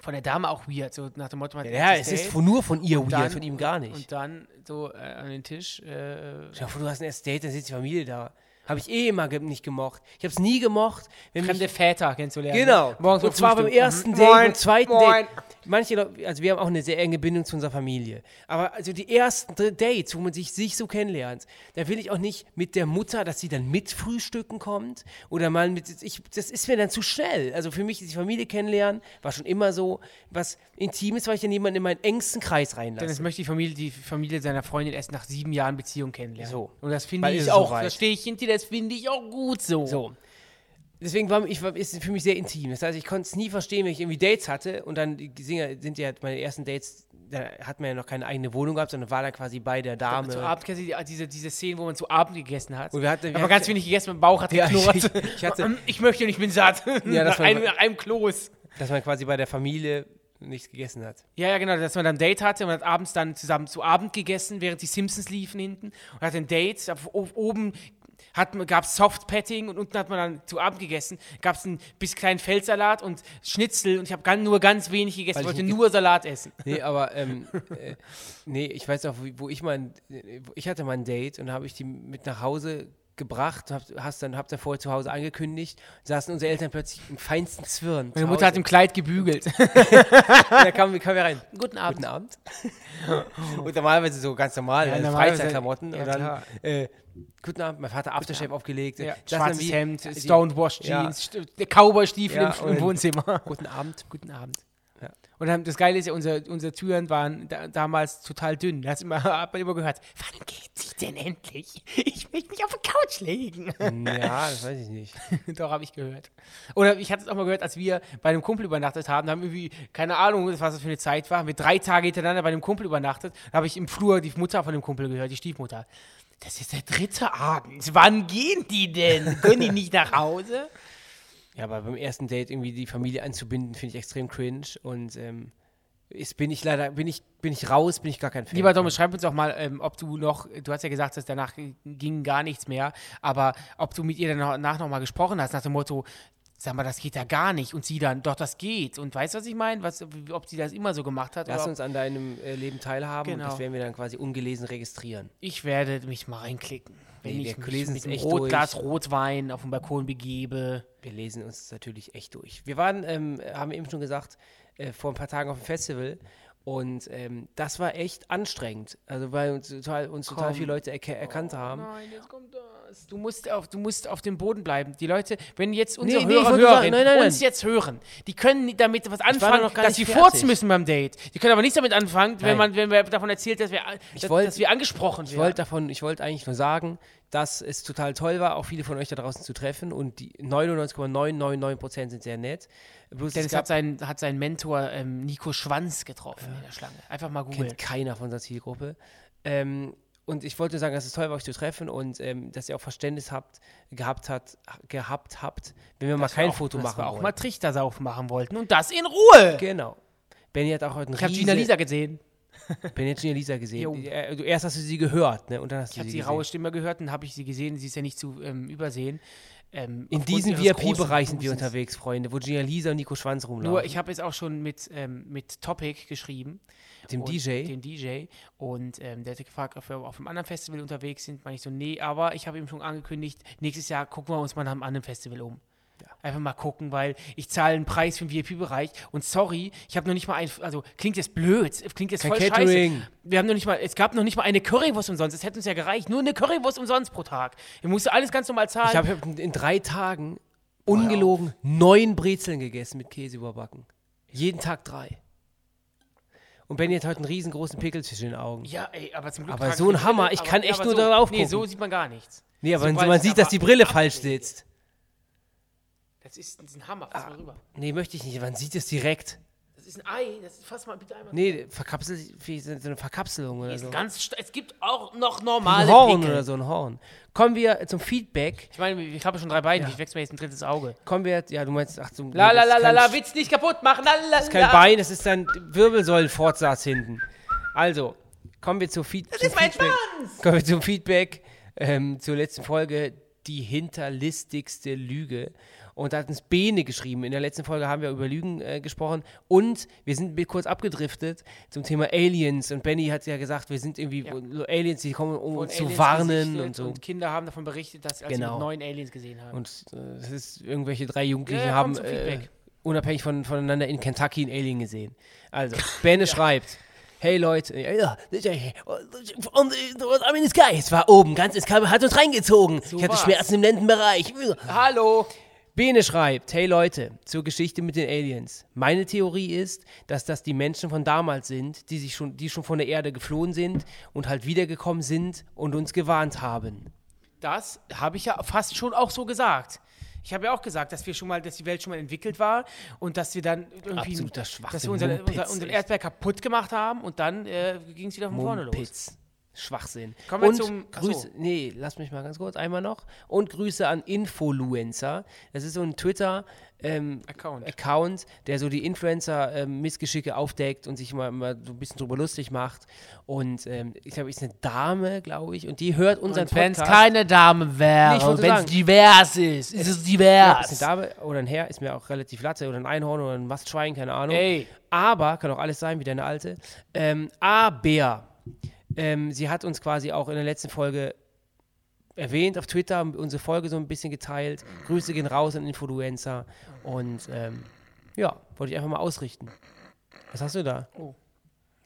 Speaker 1: von der Dame auch weird, so nach dem Motto, man
Speaker 2: ja,
Speaker 1: erstes
Speaker 2: es ist
Speaker 1: Date
Speaker 2: von, nur von ihr
Speaker 1: und
Speaker 2: weird,
Speaker 1: dann-
Speaker 2: von ihm gar nicht.
Speaker 1: Und dann so äh, an den Tisch. Äh,
Speaker 2: Stell dir vor, du hast ein erstes Date, dann sitzt die Familie da. Habe ich eh immer ge nicht gemocht. Ich habe es nie gemocht. Wenn mich-
Speaker 1: fremde Väter kennenzulernen.
Speaker 2: Genau.
Speaker 1: ne? Morgens
Speaker 2: und
Speaker 1: beim
Speaker 2: zwar beim
Speaker 1: Frühstück.
Speaker 2: ersten
Speaker 1: Mhm.
Speaker 2: Date,
Speaker 1: Moin,
Speaker 2: beim zweiten
Speaker 1: moin.
Speaker 2: Date. Manche Leute, also wir haben auch eine sehr enge Bindung zu unserer Familie. Aber also die ersten Dr- Dates, wo man sich, sich so kennenlernt, da will ich auch nicht mit der Mutter, dass sie dann mit Frühstücken kommt oder mal mit, ich, das ist mir dann zu schnell. Also für mich ist die Familie kennenlernen, war schon immer so was Intimes, weil ich dann jemanden in meinen engsten Kreis
Speaker 1: Denn es
Speaker 2: reinlasse.
Speaker 1: möchte die Familie, die Familie seiner Freundin erst nach sieben Jahren Beziehung kennenlernen.
Speaker 2: So.
Speaker 1: Und das finde
Speaker 2: Weil
Speaker 1: ich
Speaker 2: ist es
Speaker 1: auch,
Speaker 2: soweit.
Speaker 1: das stehe ich hinter, das finde ich auch gut so.
Speaker 2: So. Deswegen war ich war, ist es für mich sehr intim. Das heißt, ich konnte es nie verstehen, wenn ich irgendwie Dates hatte und dann die Singer sind ja meine ersten Dates, da hat man ja noch keine eigene Wohnung gehabt, sondern war dann quasi bei der Dame.
Speaker 1: Zu Abend kennst du die- ah, diese, diese Szene, wo man zu Abend gegessen hat.
Speaker 2: Und wir hatten- wir
Speaker 1: aber
Speaker 2: hatten-
Speaker 1: ganz wenig gegessen, mein Bauch hat
Speaker 2: Ja,
Speaker 1: geknurrt.
Speaker 2: ich- ich hatte-
Speaker 1: Mm, ich möchte nicht, ich bin satt.
Speaker 2: Ja, das
Speaker 1: nach,
Speaker 2: war-
Speaker 1: einem, nach einem Kloß.
Speaker 2: Dass man quasi bei der Familie nichts gegessen hat.
Speaker 1: Ja, ja, genau, dass man dann ein Date hatte und hat abends dann zusammen zu Abend gegessen, während die Simpsons liefen hinten und hatte ein Date. Ab- o- Oben gab es Softpatting und unten hat man dann zu Abend gegessen. Gab es einen bis kleinen Feldsalat und Schnitzel und ich habe gan nur ganz wenig gegessen. Ich
Speaker 2: Weil ich
Speaker 1: wollte
Speaker 2: nicht
Speaker 1: nur Salat essen.
Speaker 2: Nee, aber ähm, äh, nee, ich weiß auch, wo, wo ich mein, äh, wo- ich hatte mal ein Date und habe ich die mit nach Hause gebracht, hab, hast dann, hab da vorher zu Hause angekündigt, saßen unsere Eltern plötzlich im feinsten Zwirn.
Speaker 1: Meine Mutter hat im Kleid gebügelt.
Speaker 2: da kam, kam wir rein.
Speaker 1: Guten Abend.
Speaker 2: Guten Abend. und normalerweise so ganz normal,
Speaker 1: Ja,
Speaker 2: also
Speaker 1: normalerweise-
Speaker 2: Freizeitklamotten.
Speaker 1: ja,
Speaker 2: und dann,
Speaker 1: klar.
Speaker 2: äh, guten Abend, mein Vater Aftershave aufgelegt.
Speaker 1: Ja,
Speaker 2: saß dann
Speaker 1: schwarzes
Speaker 2: wie-
Speaker 1: Hemd,
Speaker 2: die-
Speaker 1: Stonewashed
Speaker 2: Ja.
Speaker 1: Jeans, St- Cowboy-Stiefel
Speaker 2: Ja,
Speaker 1: im, im
Speaker 2: und-
Speaker 1: Wohnzimmer.
Speaker 2: Guten Abend.
Speaker 1: Guten Abend.
Speaker 2: Ja.
Speaker 1: Und dann, das Geile ist ja, unser, unsere Türen waren da, damals total dünn. Da hat's immer- hat man immer gehört, wann geht sie denn endlich? Ich möchte mich auf die Couch legen.
Speaker 2: Ja, das weiß ich nicht.
Speaker 1: Doch, habe ich gehört. Oder ich hatte es auch mal gehört, als wir bei einem Kumpel übernachtet haben. Da haben irgendwie, keine Ahnung, was das für eine Zeit war, haben wir drei Tage hintereinander bei einem Kumpel übernachtet. Da habe ich im Flur die Mutter von dem Kumpel gehört, die Stiefmutter. Das ist der dritte Abend. Wann gehen die denn? Können die nicht nach Hause?
Speaker 2: Ja, aber beim ersten Date irgendwie die Familie anzubinden, finde ich extrem cringe. Und ähm, ist, bin ich leider, bin ich, bin ich raus, bin ich gar kein Fan.
Speaker 1: Lieber Thomas, schreib uns doch mal, ähm, ob du noch, du hast ja gesagt, dass danach ging gar nichts mehr, aber ob du mit ihr danach nochmal gesprochen hast, nach dem Motto, sag mal, das geht ja gar nicht und sie dann, doch, das geht. Und weißt du, was ich meine? Was, ob sie das immer so gemacht hat?
Speaker 2: Lass
Speaker 1: oder ob-
Speaker 2: uns an deinem äh, Leben teilhaben und
Speaker 1: Genau.
Speaker 2: das werden wir dann quasi ungelesen registrieren.
Speaker 1: ich werde mich mal reinklicken. Wenn
Speaker 2: Nee,
Speaker 1: ich
Speaker 2: wir
Speaker 1: mich
Speaker 2: lesen's
Speaker 1: mit einem
Speaker 2: echt
Speaker 1: Rotglas
Speaker 2: durch.
Speaker 1: Rotwein auf dem Balkon begebe.
Speaker 2: Wir lesen uns das natürlich echt durch. Wir waren, ähm, haben eben schon gesagt, äh, vor ein paar Tagen auf dem Festival und ähm, das war echt anstrengend. Also weil uns total, uns total
Speaker 1: Komm.
Speaker 2: viele Leute erke erkannt haben.
Speaker 1: Nein, jetzt kommt das. Du musst auf, du musst auf dem Boden bleiben. Die Leute, wenn jetzt unsere
Speaker 2: Nee, nee, ich
Speaker 1: Hörer
Speaker 2: wollte sagen,
Speaker 1: Hörerinnen
Speaker 2: nein, nein, nein.
Speaker 1: uns jetzt hören, die können damit was anfangen,
Speaker 2: noch gar
Speaker 1: dass sie
Speaker 2: nicht
Speaker 1: furzen
Speaker 2: fertig.
Speaker 1: müssen beim Date. Die können aber nichts damit anfangen,
Speaker 2: Nein.
Speaker 1: wenn, man, wenn wir davon erzählt, dass wir, an- dass,
Speaker 2: wollte-
Speaker 1: dass wir angesprochen
Speaker 2: Ich
Speaker 1: werden.
Speaker 2: wollte davon, ich wollte eigentlich nur sagen, dass es total toll war, auch viele von euch da draußen zu treffen und die 99,999% sind sehr nett. Bloß
Speaker 1: Dennis
Speaker 2: es gab
Speaker 1: hat seinen, hat seinen Mentor ähm, Nico Schwanz getroffen in der Schlange. Einfach mal googeln.
Speaker 2: kennt keiner von unserer Zielgruppe. Ähm, und ich wollte nur sagen, dass es toll war, euch zu treffen und ähm, dass ihr auch Verständnis habt, gehabt hat, gehabt habt, wenn wir mal kein
Speaker 1: Auch,
Speaker 2: Foto
Speaker 1: dass
Speaker 2: machen
Speaker 1: wir auch
Speaker 2: wollen.
Speaker 1: mal Trichtersauf machen wollten. Und das in Ruhe.
Speaker 2: Genau. Benny hat auch heute einen
Speaker 1: Ich habe Gina Lisa gesehen.
Speaker 2: Benny hat Gina Lisa gesehen.
Speaker 1: Jo.
Speaker 2: Die- äh, Du, erst hast du sie gehört, ne? Und dann hast
Speaker 1: Ich
Speaker 2: du
Speaker 1: habe
Speaker 2: sie
Speaker 1: die
Speaker 2: gesehen.
Speaker 1: raue Stimme gehört und habe ich sie gesehen. Sie ist ja nicht zu ähm, übersehen. Ähm,
Speaker 2: In
Speaker 1: aufgrund
Speaker 2: diesem
Speaker 1: ihres
Speaker 2: VIP-Bereich
Speaker 1: großen
Speaker 2: sind wir
Speaker 1: Busens.
Speaker 2: unterwegs, Freunde, wo Gina Lisa und Nico Schwanz rumlaufen.
Speaker 1: Nur, ich habe jetzt auch schon mit, ähm, mit Topic geschrieben.
Speaker 2: dem
Speaker 1: und
Speaker 2: DJ.
Speaker 1: Dem DJ. Und ähm, der hat gefragt, ob wir auf einem anderen Festival unterwegs sind. Meine ich so, nee, aber ich habe ihm schon angekündigt, nächstes Jahr gucken wir uns mal nach einem anderen Festival um. Einfach mal gucken, weil ich zahle einen Preis für den VIP-Bereich und sorry, ich habe noch nicht mal ein, also klingt jetzt blöd, klingt jetzt
Speaker 2: Kein
Speaker 1: voll
Speaker 2: Catering.
Speaker 1: scheiße. Wir haben noch nicht mal, es gab noch nicht mal eine Currywurst umsonst, es hätte uns ja gereicht, nur eine Currywurst umsonst pro Tag. Wir mussten alles ganz normal zahlen.
Speaker 2: Ich habe in drei Tagen
Speaker 1: Oh
Speaker 2: ungelogen neun Brezeln gegessen mit Käse überbacken. Jeden Tag drei. Und Benny hat heute einen riesengroßen Pickel zwischen den Augen.
Speaker 1: ja, ey, aber zum Glück.
Speaker 2: Aber
Speaker 1: tragen
Speaker 2: so ein
Speaker 1: wir-
Speaker 2: Hammer, ich
Speaker 1: aber-
Speaker 2: kann echt
Speaker 1: aber
Speaker 2: nur
Speaker 1: so,
Speaker 2: darauf
Speaker 1: Nee, so
Speaker 2: gucken.
Speaker 1: sieht man gar nichts.
Speaker 2: Nee, aber
Speaker 1: Sobald
Speaker 2: man
Speaker 1: es
Speaker 2: sieht, dass
Speaker 1: aber
Speaker 2: die Brille
Speaker 1: ab-
Speaker 2: falsch sitzt.
Speaker 1: Das ist, das ist ein Hammer, fass
Speaker 2: Ah.
Speaker 1: mal rüber.
Speaker 2: Nee, möchte ich nicht. Man sieht es direkt.
Speaker 1: Das ist ein Ei, das ist, fass mal bitte einmal.
Speaker 2: Nee, verkapselt, wie so eine Verkapselung oder
Speaker 1: Ist
Speaker 2: so.
Speaker 1: ganz, st- es gibt auch noch
Speaker 2: Ein
Speaker 1: normale
Speaker 2: Horn
Speaker 1: Pickel.
Speaker 2: oder so ein Horn. Kommen wir zum Feedback.
Speaker 1: Ich meine, ich habe schon drei Beine, ich wechsle mir jetzt ein drittes Auge.
Speaker 2: Kommen wir, ja, du meinst, ach zum
Speaker 1: La la la la la,
Speaker 2: Das
Speaker 1: Witz nicht kaputt machen, la la
Speaker 2: ist kein Bein, das ist dann Wirbelsäulenfortsatz hinten. Also, kommen wir zu Feed das
Speaker 1: ist mein Schwanz!
Speaker 2: Kommen wir zum Feedback ähm, zur letzten Folge, die hinterlistigste Lüge. Und da hat uns Bene geschrieben. In der letzten Folge haben wir über Lügen äh, gesprochen und wir sind bi- kurz abgedriftet zum Thema Aliens. Und Benny hat ja gesagt, wir sind irgendwie so Aliens, die kommen, um
Speaker 1: Und
Speaker 2: uns zu
Speaker 1: Aliens
Speaker 2: warnen
Speaker 1: gesichtet
Speaker 2: und so.
Speaker 1: Und Kinder haben davon berichtet, dass als
Speaker 2: Genau.
Speaker 1: sie neuen Aliens gesehen haben.
Speaker 2: Und äh, es ist, irgendwelche drei Jugendlichen
Speaker 1: Ja, ja,
Speaker 2: haben
Speaker 1: kommt zum
Speaker 2: äh,
Speaker 1: Feedback.
Speaker 2: unabhängig von, voneinander in Kentucky einen Alien gesehen. Also, Bene schreibt. Hey Leute, äh, ja, und, äh, I'm in the sky. Es war oben, ganz, es kam, hat uns reingezogen. ich hatte
Speaker 1: war's.
Speaker 2: Schmerzen im Lendenbereich.
Speaker 1: Hallo!
Speaker 2: Bene schreibt, hey Leute, zur Geschichte mit den Aliens. Meine Theorie ist, dass das die Menschen von damals sind, die, sich schon, die schon von der Erde geflohen sind und halt wiedergekommen sind und uns gewarnt haben.
Speaker 1: Das habe ich ja fast schon auch so gesagt. Ich habe ja auch gesagt, dass wir schon mal, dass die Welt schon mal entwickelt war und dass wir dann irgendwie,
Speaker 2: Absoluter Schwachsinn,
Speaker 1: dass wir unseren,
Speaker 2: Mumpitz,
Speaker 1: unser, unseren
Speaker 2: echt.
Speaker 1: Erdberg kaputt gemacht haben und dann äh, ging es wieder von vorne los.
Speaker 2: Mumpitz. Schwachsinn.
Speaker 1: Kommen wir
Speaker 2: und
Speaker 1: zum- achso.
Speaker 2: Grüße, nee, lass mich mal ganz kurz, einmal noch. Und Grüße an Influencer. Das ist so ein Twitter ähm,
Speaker 1: Account.
Speaker 2: Account, der so die Influencer ähm, Missgeschicke aufdeckt und sich mal, mal so ein bisschen drüber lustig macht. Und ähm, ich glaube, ist eine Dame, glaube ich, und die hört unseren
Speaker 1: Wenn es
Speaker 2: Podcast.
Speaker 1: keine Dame
Speaker 2: Nee,
Speaker 1: wäre,
Speaker 2: ich wollte
Speaker 1: wenn es
Speaker 2: sagen-
Speaker 1: divers ist, ist es
Speaker 2: ja, ist
Speaker 1: divers.
Speaker 2: eine Dame oder ein Herr, ist mir auch relativ latte, oder ein Einhorn oder ein Mastschwein, keine Ahnung.
Speaker 1: Ey.
Speaker 2: Aber, kann auch alles sein, wie deine alte. Ähm, aber, ähm, sie hat uns quasi auch in der letzten Folge erwähnt auf Twitter, haben unsere Folge so ein bisschen geteilt. Grüße gehen raus an Influencer. Und ähm, ja, wollte ich einfach mal ausrichten. Was hast du da?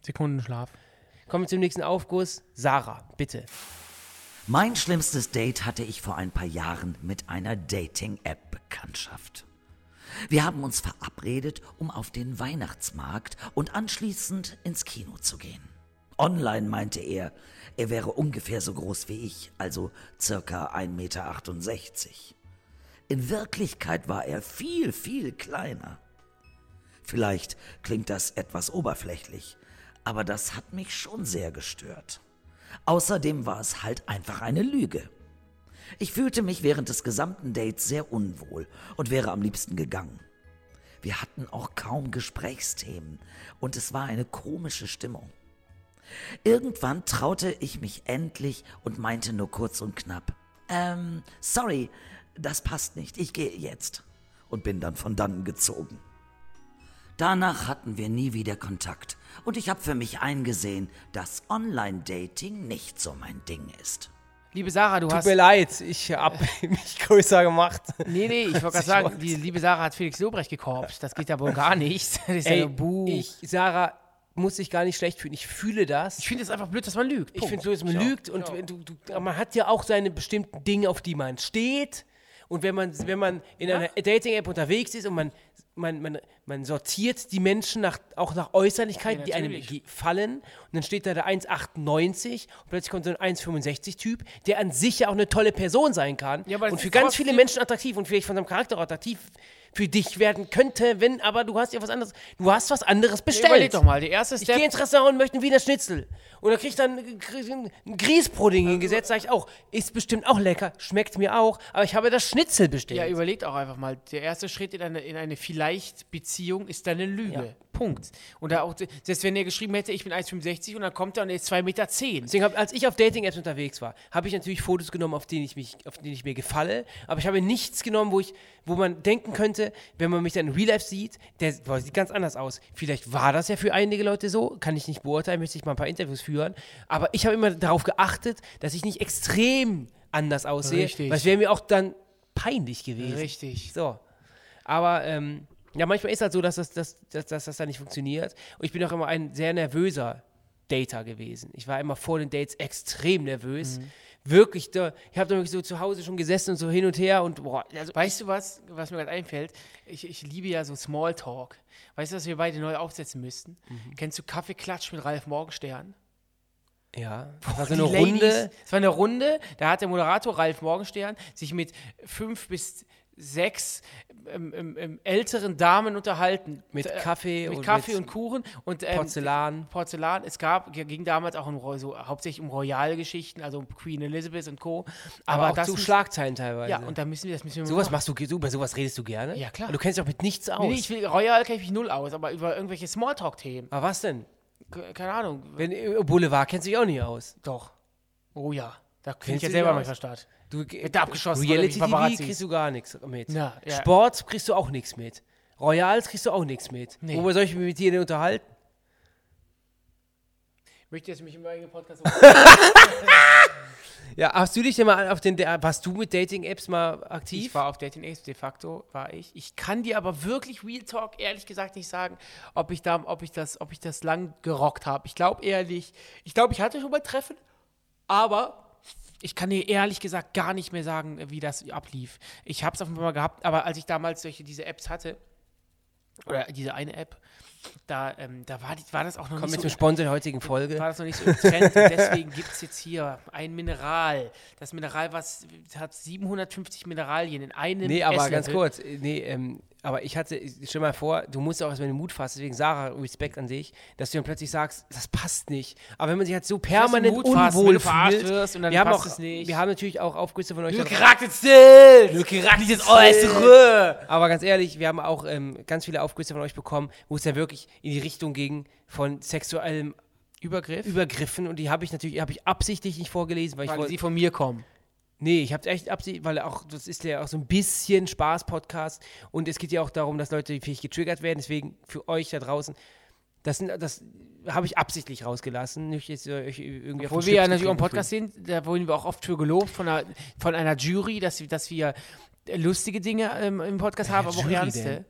Speaker 1: Sekundenschlaf.
Speaker 2: Kommen wir zum nächsten Aufguss. Sarah, bitte.
Speaker 3: Mein schlimmstes Date hatte ich vor ein paar Jahren mit einer Dating-App Bekanntschaft. Wir haben uns verabredet, um auf den Weihnachtsmarkt und anschließend ins Kino zu gehen. Online meinte er, er wäre ungefähr so groß wie ich, also circa 1,68 Meter. In Wirklichkeit war er viel, viel kleiner. Vielleicht klingt das etwas oberflächlich, aber das hat mich schon sehr gestört. Außerdem war es halt einfach eine Lüge. Ich fühlte mich während des gesamten Dates sehr unwohl und wäre am liebsten gegangen. Wir hatten auch kaum Gesprächsthemen und es war eine komische Stimmung. Irgendwann traute ich mich endlich und meinte nur kurz und knapp, ähm, sorry, das passt nicht, ich gehe jetzt. Und bin dann von dannen gezogen. Danach hatten wir nie wieder Kontakt und ich habe für mich eingesehen, dass Online-Dating nicht so mein Ding ist.
Speaker 1: Liebe Sarah, du
Speaker 2: Tut
Speaker 1: hast.
Speaker 2: mir leid, ich hab mich größer gemacht.
Speaker 1: Nee, nee, ich wollte gerade sagen, die liebe Sarah hat Felix Lobrecht gekorbt. Das geht ja wohl gar nicht. Das ist ja
Speaker 2: Ey,
Speaker 1: nur buh.
Speaker 2: ich, Sarah, muss dich gar nicht schlecht fühlen. Ich fühle das.
Speaker 1: Ich finde es einfach blöd, dass man lügt.
Speaker 2: Ich finde so, dass man lügt und
Speaker 1: Ja.
Speaker 2: du, du, aber man hat ja auch seine bestimmten Dinge, auf die man steht. Und wenn man, wenn man in einer Dating-App unterwegs ist und man, man, man, man sortiert die Menschen nach, auch nach Äußerlichkeiten,
Speaker 1: Ja,
Speaker 2: die einem
Speaker 1: natürlich.
Speaker 2: ge- fallen, und dann steht da der 1,98 und plötzlich kommt so ein 1,65-Typ, der an sich ja auch eine tolle Person sein kann
Speaker 1: Ja, aber das
Speaker 2: und für
Speaker 1: ist
Speaker 2: ganz
Speaker 1: trotzdem-
Speaker 2: viele Menschen attraktiv und vielleicht von seinem Charakter auch attraktiv für dich werden könnte, wenn, aber du hast ja was anderes, du hast was anderes bestellt.
Speaker 1: Überleg doch mal, der erste
Speaker 2: Ich
Speaker 1: Step.
Speaker 2: gehe ins Restaurant und möchte einen Wiener Schnitzel. Und dann krieg ich dann einen Grießpudding hingesetzt, sage ich auch, ist bestimmt auch lecker, schmeckt mir auch, aber ich habe das Schnitzel
Speaker 1: ja,
Speaker 2: bestellt.
Speaker 1: überlegt auch einfach mal. Der erste Schritt in eine, in eine vielleicht Beziehung ist deine Lüge. Punkt. Und da auch, selbst wenn er geschrieben hätte, ich bin 1,65 und dann kommt er und er ist 2,10 Meter.
Speaker 2: Deswegen hab, als ich auf Dating-Apps unterwegs war, habe ich natürlich Fotos genommen, auf denen ich mich, auf denen ich mir gefalle, aber ich habe nichts genommen, wo ich, wo man denken könnte, wenn man mich dann in Real Life sieht, der boah, sieht ganz anders aus. Vielleicht war das ja für einige Leute so, kann ich nicht beurteilen, möchte ich mal ein paar Interviews führen, aber ich habe immer darauf geachtet, dass ich nicht extrem anders aussehe,
Speaker 1: Richtig.
Speaker 2: weil es wäre mir auch dann peinlich gewesen.
Speaker 1: Richtig.
Speaker 2: So. Aber ähm, ja, manchmal ist halt so, dass das, dass, dass, dass das dann nicht funktioniert. Und ich bin auch immer ein sehr nervöser Data gewesen. Ich war immer vor den Dates extrem nervös.
Speaker 1: Mhm.
Speaker 2: Wirklich, da, ich habe da wirklich so zu Hause schon gesessen und so hin und her und boah, also
Speaker 1: Weißt du was, was mir gerade einfällt? Ich, ich liebe ja so Smalltalk. Weißt du, was wir beide neu aufsetzen müssten? Kennst du Kaffeeklatsch mit Ralf Morgenstern?
Speaker 2: ja, das war so eine
Speaker 1: Die Ladies-
Speaker 2: Runde.
Speaker 1: Es war eine Runde, da hat der Moderator Ralf Morgenstern sich mit fünf bis sechs ähm, ähm, ähm, älteren Damen unterhalten.
Speaker 2: Mit
Speaker 1: Äh,
Speaker 2: Kaffee
Speaker 1: mit
Speaker 2: und
Speaker 1: Kaffee
Speaker 2: mit
Speaker 1: und Kuchen und ähm,
Speaker 2: Porzellan.
Speaker 1: Porzellan. Es gab, ging damals auch um, Ro- so, hauptsächlich um royale Geschichten, also um Queen Elizabeth und Co.
Speaker 2: Aber,
Speaker 1: Aber,
Speaker 2: auch
Speaker 1: das
Speaker 2: zu
Speaker 1: müssen-
Speaker 2: Schlagzeilen teilweise.
Speaker 1: Ja, und da müssen wir das müssen wir
Speaker 2: sowas
Speaker 1: machen.
Speaker 2: machst du, ge- du, über sowas redest du gerne?
Speaker 1: Ja, klar.
Speaker 2: Aber Du kennst dich auch mit nichts aus.
Speaker 1: Nee, nee, ich will royal kenne ich mich null aus, aber über irgendwelche Smalltalk-Themen.
Speaker 2: aber was denn?
Speaker 1: Ke- Keine Ahnung.
Speaker 2: Wenn, äh, Boulevard kennst du dich auch nicht aus.
Speaker 1: Doch. Oh ja. Da bin
Speaker 2: Kennst
Speaker 1: ich ja
Speaker 2: du
Speaker 1: selber
Speaker 2: die
Speaker 1: manchmal Start.
Speaker 2: Du,
Speaker 1: da abgeschossen von
Speaker 2: Reality
Speaker 1: irgendwelchen
Speaker 2: TV
Speaker 1: Paparazzis.
Speaker 2: kriegst du gar nichts mit.
Speaker 1: Na, ja.
Speaker 2: Sport kriegst du auch nichts mit. Royals kriegst du auch nichts mit.
Speaker 1: Nee.
Speaker 2: Worüber soll ich mich mit dir denn unterhalten?
Speaker 1: Möchte jetzt mich im eigenen Podcast.
Speaker 2: Ja, hast du dich denn mal auf den, warst du mit Dating-Apps mal aktiv?
Speaker 1: ich war auf Dating Apps, de facto war ich. Ich kann dir aber wirklich Real Talk ehrlich gesagt nicht sagen, ob ich da, ob ich das, ob ich das lang gerockt habe. Ich glaube ehrlich, ich glaube, ich hatte schon mal Treffen, aber ich kann dir ehrlich gesagt gar nicht mehr sagen, wie das ablief. Ich habe es auf jeden Fall mal gehabt, aber als ich damals solche diese Apps hatte oder diese eine App, da, ähm, da war, die, war das auch noch
Speaker 2: Kommen wir
Speaker 1: nicht
Speaker 2: zum
Speaker 1: so
Speaker 2: Sponsor der heutigen
Speaker 1: war
Speaker 2: Folge.
Speaker 1: das noch nicht so im Trend und deswegen gibt es jetzt hier ein Mineral. Das Mineral was, hat 750 Mineralien in einem
Speaker 2: Nee, aber ganz
Speaker 1: Esslöffel.
Speaker 2: kurz. äh, Nee, ähm, aber ich hatte, ich- stell mal vor, du musst auch erstmal den Mut fassen, deswegen Sarah, Respekt an dich, dass du dann plötzlich sagst, das passt nicht. Aber wenn man sich halt so permanent
Speaker 1: Mut fassen, wenn
Speaker 2: unwohl
Speaker 1: du verarscht
Speaker 2: fühlt,
Speaker 1: wirst und dann
Speaker 2: wir haben
Speaker 1: passt
Speaker 2: auch,
Speaker 1: es nicht.
Speaker 2: wir haben natürlich auch Aufgrüße von euch. da
Speaker 1: Du
Speaker 2: draußen-
Speaker 1: charakterst Du charakterst das Äußere.
Speaker 2: Aber ganz ehrlich, wir haben auch ähm, ganz viele Aufgrüße von euch bekommen, wo es ja wirklich in die Richtung ging von sexuellem
Speaker 1: Übergriff?
Speaker 2: Übergriffen und die habe ich natürlich, habe ich absichtlich nicht vorgelesen, weil ich
Speaker 1: weil
Speaker 2: wollte.
Speaker 1: sie von mir kommen.
Speaker 2: Nee, ich habe es echt absichtlich, weil auch, das ist ja auch so ein bisschen Spaß-Podcast und es geht ja auch darum, dass Leute vielleicht getriggert werden, deswegen für euch da draußen, das, sind, das habe ich absichtlich rausgelassen, nicht jetzt äh, euch irgendwie auf
Speaker 1: Obwohl
Speaker 2: den
Speaker 1: wir ja
Speaker 2: Schlips
Speaker 1: natürlich auch im
Speaker 2: getreten
Speaker 1: Podcast sind, da wurden wir auch oft für gelobt von einer, von einer Jury, dass, wir- dass wir lustige Dinge ähm, im Podcast haben, aber auch
Speaker 2: Jury
Speaker 1: ernste.
Speaker 2: denn?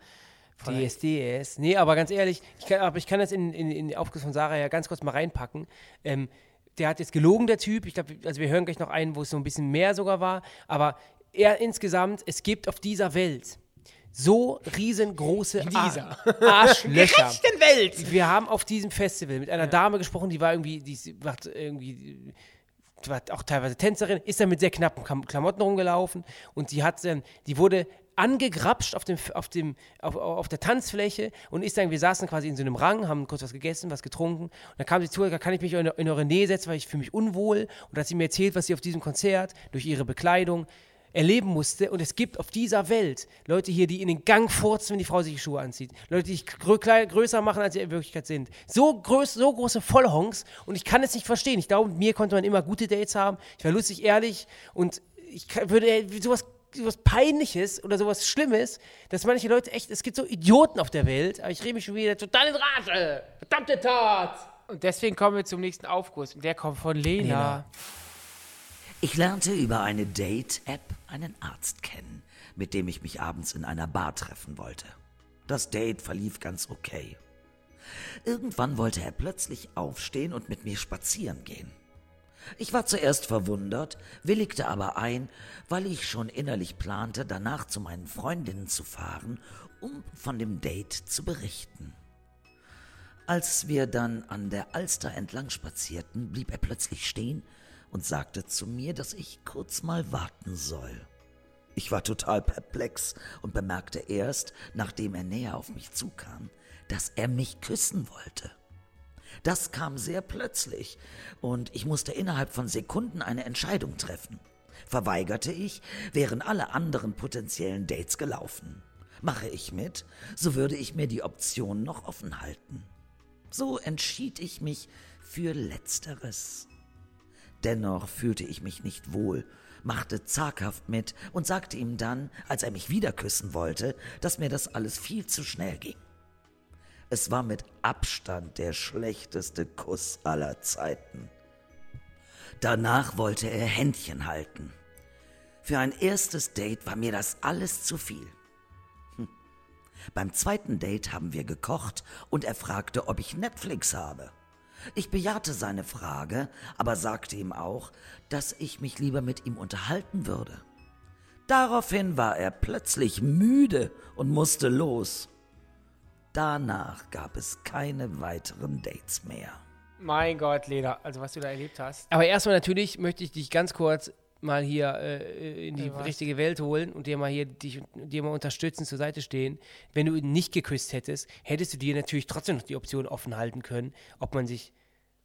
Speaker 2: DS, DS. Nee, aber ganz ehrlich, ich kann, aber ich kann das in, in, in den Aufguss von Sarah ja ganz kurz mal reinpacken. Ähm, der hat jetzt gelogen, der Typ. Ich glaube, also wir hören gleich noch einen, wo es so ein bisschen mehr sogar war. Aber er insgesamt, es gibt auf dieser Welt so riesengroße
Speaker 1: In
Speaker 2: Ar
Speaker 1: dieser.
Speaker 2: Arschlöcher.
Speaker 1: Rechten Welt!
Speaker 2: Wir haben auf diesem Festival mit einer Dame gesprochen, die war irgendwie, die ist- macht irgendwie, die war auch teilweise Tänzerin, ist dann mit sehr knappen Kam- Klamotten rumgelaufen und die hat dann, die wurde angegrapscht auf dem auf dem auf, auf der Tanzfläche und ist dann wir saßen quasi in so einem Rang haben kurz was gegessen was getrunken und dann kam sie zu da kann ich mich in, in eure Nähe setzen weil ich fühle mich unwohl und hat sie mir erzählt was sie auf diesem Konzert durch ihre Bekleidung erleben musste. Und es gibt auf dieser Welt Leute hier, die in den Gang furzen, wenn die Frau sich die Schuhe anzieht. Leute, die sich grö klei- größer machen, als sie in Wirklichkeit sind. So, groß, so große Vollhongs. Und ich kann es nicht verstehen. Ich glaube, mit mir konnte man immer gute Dates haben. Ich war lustig, ehrlich. Und ich ka- würde äh, sowas sowas Peinliches oder sowas Schlimmes, dass manche Leute echt, es gibt so Idioten auf der Welt, aber ich rede mich schon wieder total in Rage. Verdammte Tat.
Speaker 1: Und deswegen kommen wir zum nächsten Aufguss. Und der kommt von Lena.
Speaker 3: Ich lernte über eine Date-App einen Arzt kennen, mit dem ich mich abends in einer Bar treffen wollte. Das Date verlief ganz okay. Irgendwann wollte er plötzlich aufstehen und mit mir spazieren gehen. Ich war zuerst verwundert, willigte aber ein, weil ich schon innerlich plante, danach zu meinen Freundinnen zu fahren, um von dem Date zu berichten. Als wir dann an der Alster entlang spazierten, blieb er plötzlich stehen und sagte zu mir, dass ich kurz mal warten soll. Ich war total perplex und bemerkte erst, nachdem er näher auf mich zukam, dass er mich küssen wollte. Das kam sehr plötzlich und ich musste innerhalb von Sekunden eine Entscheidung treffen. Verweigerte ich, wären alle anderen potenziellen Dates gelaufen. Mache ich mit, so würde ich mir die Option noch offen halten. So entschied ich mich für Letzteres. Dennoch fühlte ich mich nicht wohl, machte zaghaft mit und sagte ihm dann, als er mich wieder küssen wollte, dass mir das alles viel zu schnell ging. Es war mit Abstand der schlechteste Kuss aller Zeiten. Danach wollte er Händchen halten. Für ein erstes Date war mir das alles zu viel. Beim zweiten Date haben wir gekocht und er fragte, ob ich Netflix habe. Ich bejahte seine Frage, aber sagte ihm auch, dass ich mich lieber mit ihm unterhalten würde. Daraufhin war er plötzlich müde und musste los. Danach gab es keine weiteren Dates mehr.
Speaker 1: Mein Gott, Lena. Also, was du da erlebt hast.
Speaker 2: Aber erstmal natürlich möchte ich dich ganz kurz mal hier äh, in die
Speaker 1: was?
Speaker 2: richtige Welt holen und dir mal hier dich, dir mal unterstützen, zur Seite stehen. Wenn du ihn nicht geküsst hättest, hättest du dir natürlich trotzdem noch die Option offen halten können, ob man sich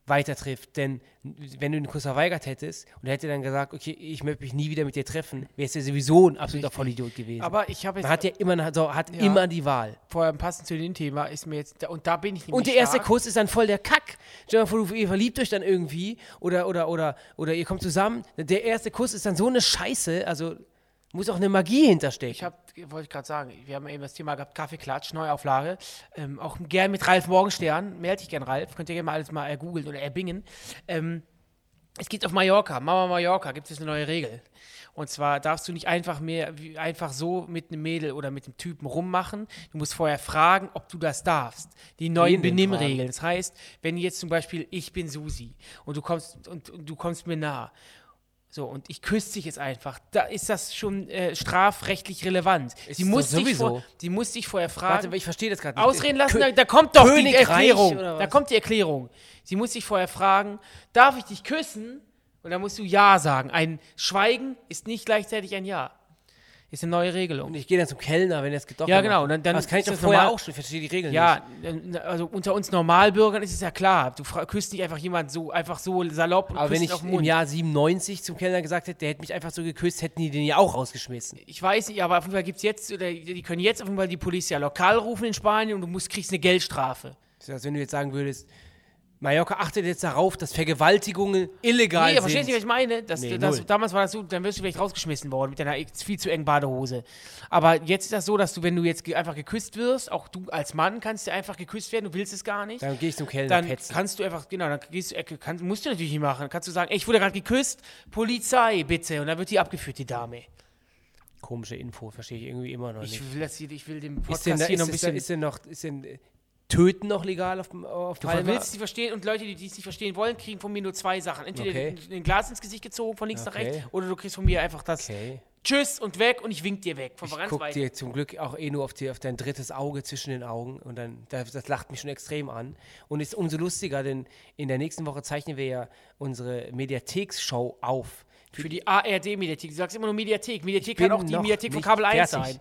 Speaker 2: weiter trifft. Denn wenn du den Kuss verweigert hättest und er hätte dann gesagt, okay, ich möchte mich nie wieder mit dir treffen, wärst du ja sowieso ein absoluter Vollidiot gewesen.
Speaker 1: Aber ich habe
Speaker 2: man
Speaker 1: jetzt
Speaker 2: hat ja immer, also hat immer die Wahl.
Speaker 1: vor allem passend zu dem Thema ist mir jetzt. Und da bin ich nämlich
Speaker 2: Und der erste
Speaker 1: stark.
Speaker 2: Kuss ist dann voll der Kack. Stell dir mal vor, du- ihr verliebt euch dann irgendwie oder, oder, oder, oder ihr kommt zusammen. Der erste Kuss ist dann so eine Scheiße. Also muss auch eine Magie hinterstecken.
Speaker 1: Ich hab, wollte ich gerade sagen, wir haben eben das Thema gehabt, Kaffeeklatsch, Neuauflage. Ähm, auch gern mit Ralf Morgenstern. Meld dich gern, Ralf. Könnt ihr gerne mal alles mal ergoogeln oder erbingen. Ähm, es gibt auf Mallorca, Mama Mallorca, gibt es eine neue Regel. Und zwar darfst du nicht einfach mehr, wie- einfach so mit einem Mädel oder mit einem Typen rummachen. Du musst vorher fragen, ob du das darfst. Die neuen
Speaker 2: Wen denn
Speaker 1: Benimmregeln. Das heißt, wenn jetzt zum Beispiel ich bin Susi und du kommst und, und du kommst mir nah so, und ich küsse dich jetzt einfach. Da ist das schon äh, strafrechtlich relevant. Sie
Speaker 2: doch
Speaker 1: muss, dich
Speaker 2: sowieso.
Speaker 1: vor, sie muss dich vorher fragen.
Speaker 2: Warte, ich verstehe das gerade nicht.
Speaker 1: Ausreden lassen,
Speaker 2: Kö-
Speaker 1: da, da kommt doch die
Speaker 2: Königreich
Speaker 1: Erklärung.
Speaker 2: oder
Speaker 1: Da
Speaker 2: was?
Speaker 1: kommt die Erklärung. Sie muss dich vorher fragen, darf ich dich küssen? Und dann musst du Ja sagen. Ein Schweigen ist nicht gleichzeitig ein Ja. Ist eine neue Regelung.
Speaker 2: Und ich gehe dann zum Kellner, wenn er es gedochen
Speaker 1: Ja,
Speaker 2: hat.
Speaker 1: genau, und dann- dann
Speaker 2: Aber das kann
Speaker 1: ist
Speaker 2: ich doch
Speaker 1: das
Speaker 2: vorher
Speaker 1: normal-
Speaker 2: auch schon. Ich verstehe die Regeln
Speaker 1: Ja, n- also unter uns Normalbürgern ist es ja klar. Du fra- küsst nicht einfach jemand so, einfach so salopp und
Speaker 2: Aber
Speaker 1: küsst
Speaker 2: wenn
Speaker 1: ihn
Speaker 2: ich
Speaker 1: auf den
Speaker 2: im
Speaker 1: Mund.
Speaker 2: Jahr 97 zum Kellner gesagt hätte, der hätte mich einfach so geküsst, hätten die den ja auch rausgeschmissen.
Speaker 1: Ich weiß nicht, aber auf jeden Fall gibt's jetzt, oder die können jetzt auf jeden Fall die Polizei lokal rufen in Spanien und du musst, kriegst eine Geldstrafe.
Speaker 2: Das ist, als wenn du jetzt sagen würdest, Mallorca achtet jetzt darauf, dass Vergewaltigungen illegal
Speaker 1: Nee,
Speaker 2: sind.
Speaker 1: aber verstehst du, was ich meine? Das,
Speaker 2: Nee,
Speaker 1: das,
Speaker 2: null.
Speaker 1: damals war das so, dann wirst du vielleicht rausgeschmissen worden mit deiner viel zu engen Badehose. Aber jetzt ist das so, dass du, wenn du jetzt ge einfach geküsst wirst, auch du als Mann kannst du einfach geküsst werden, du willst es gar nicht.
Speaker 2: Dann gehe ich zum Kellner
Speaker 1: Dann
Speaker 2: petzen.
Speaker 1: kannst du einfach, genau, dann gehst, du- äh, kannst, musst du natürlich nicht machen. Kannst du sagen, ey, ich wurde gerade geküsst, Polizei bitte. Und dann wird die abgeführt, die Dame.
Speaker 2: Komische Info, verstehe ich irgendwie immer noch nicht.
Speaker 1: Ich will, das hier, ich will dem
Speaker 2: Ist
Speaker 1: Podcast
Speaker 2: denn, da,
Speaker 1: hier
Speaker 2: ist,
Speaker 1: noch ein
Speaker 2: ist, da,
Speaker 1: bisschen...
Speaker 2: ist denn noch, ist denn äh, Töten noch legal auf, dem- auf
Speaker 1: Du willst es
Speaker 2: Palma?
Speaker 1: nicht verstehen und Leute, die dies nicht verstehen wollen, kriegen von mir nur zwei Sachen. Entweder
Speaker 2: Okay.
Speaker 1: ein Glas ins Gesicht gezogen, von links nach
Speaker 2: Okay.
Speaker 1: rechts, oder du kriegst von mir einfach das
Speaker 2: Okay.
Speaker 1: Tschüss und weg und ich wink dir weg. Von
Speaker 2: Ich
Speaker 1: ganz
Speaker 2: guck
Speaker 1: weit.
Speaker 2: dir zum Glück auch eh nur auf, die, auf dein drittes Auge zwischen den Augen und dann, das, das lacht mich schon extrem an. Und ist umso lustiger, denn in der nächsten Woche zeichnen wir ja unsere Mediatheksshow auf.
Speaker 1: Für die ARD-Mediathek. Du sagst immer nur Mediathek. Mediathek kann auch die Mediathek von Kabel 1 sein.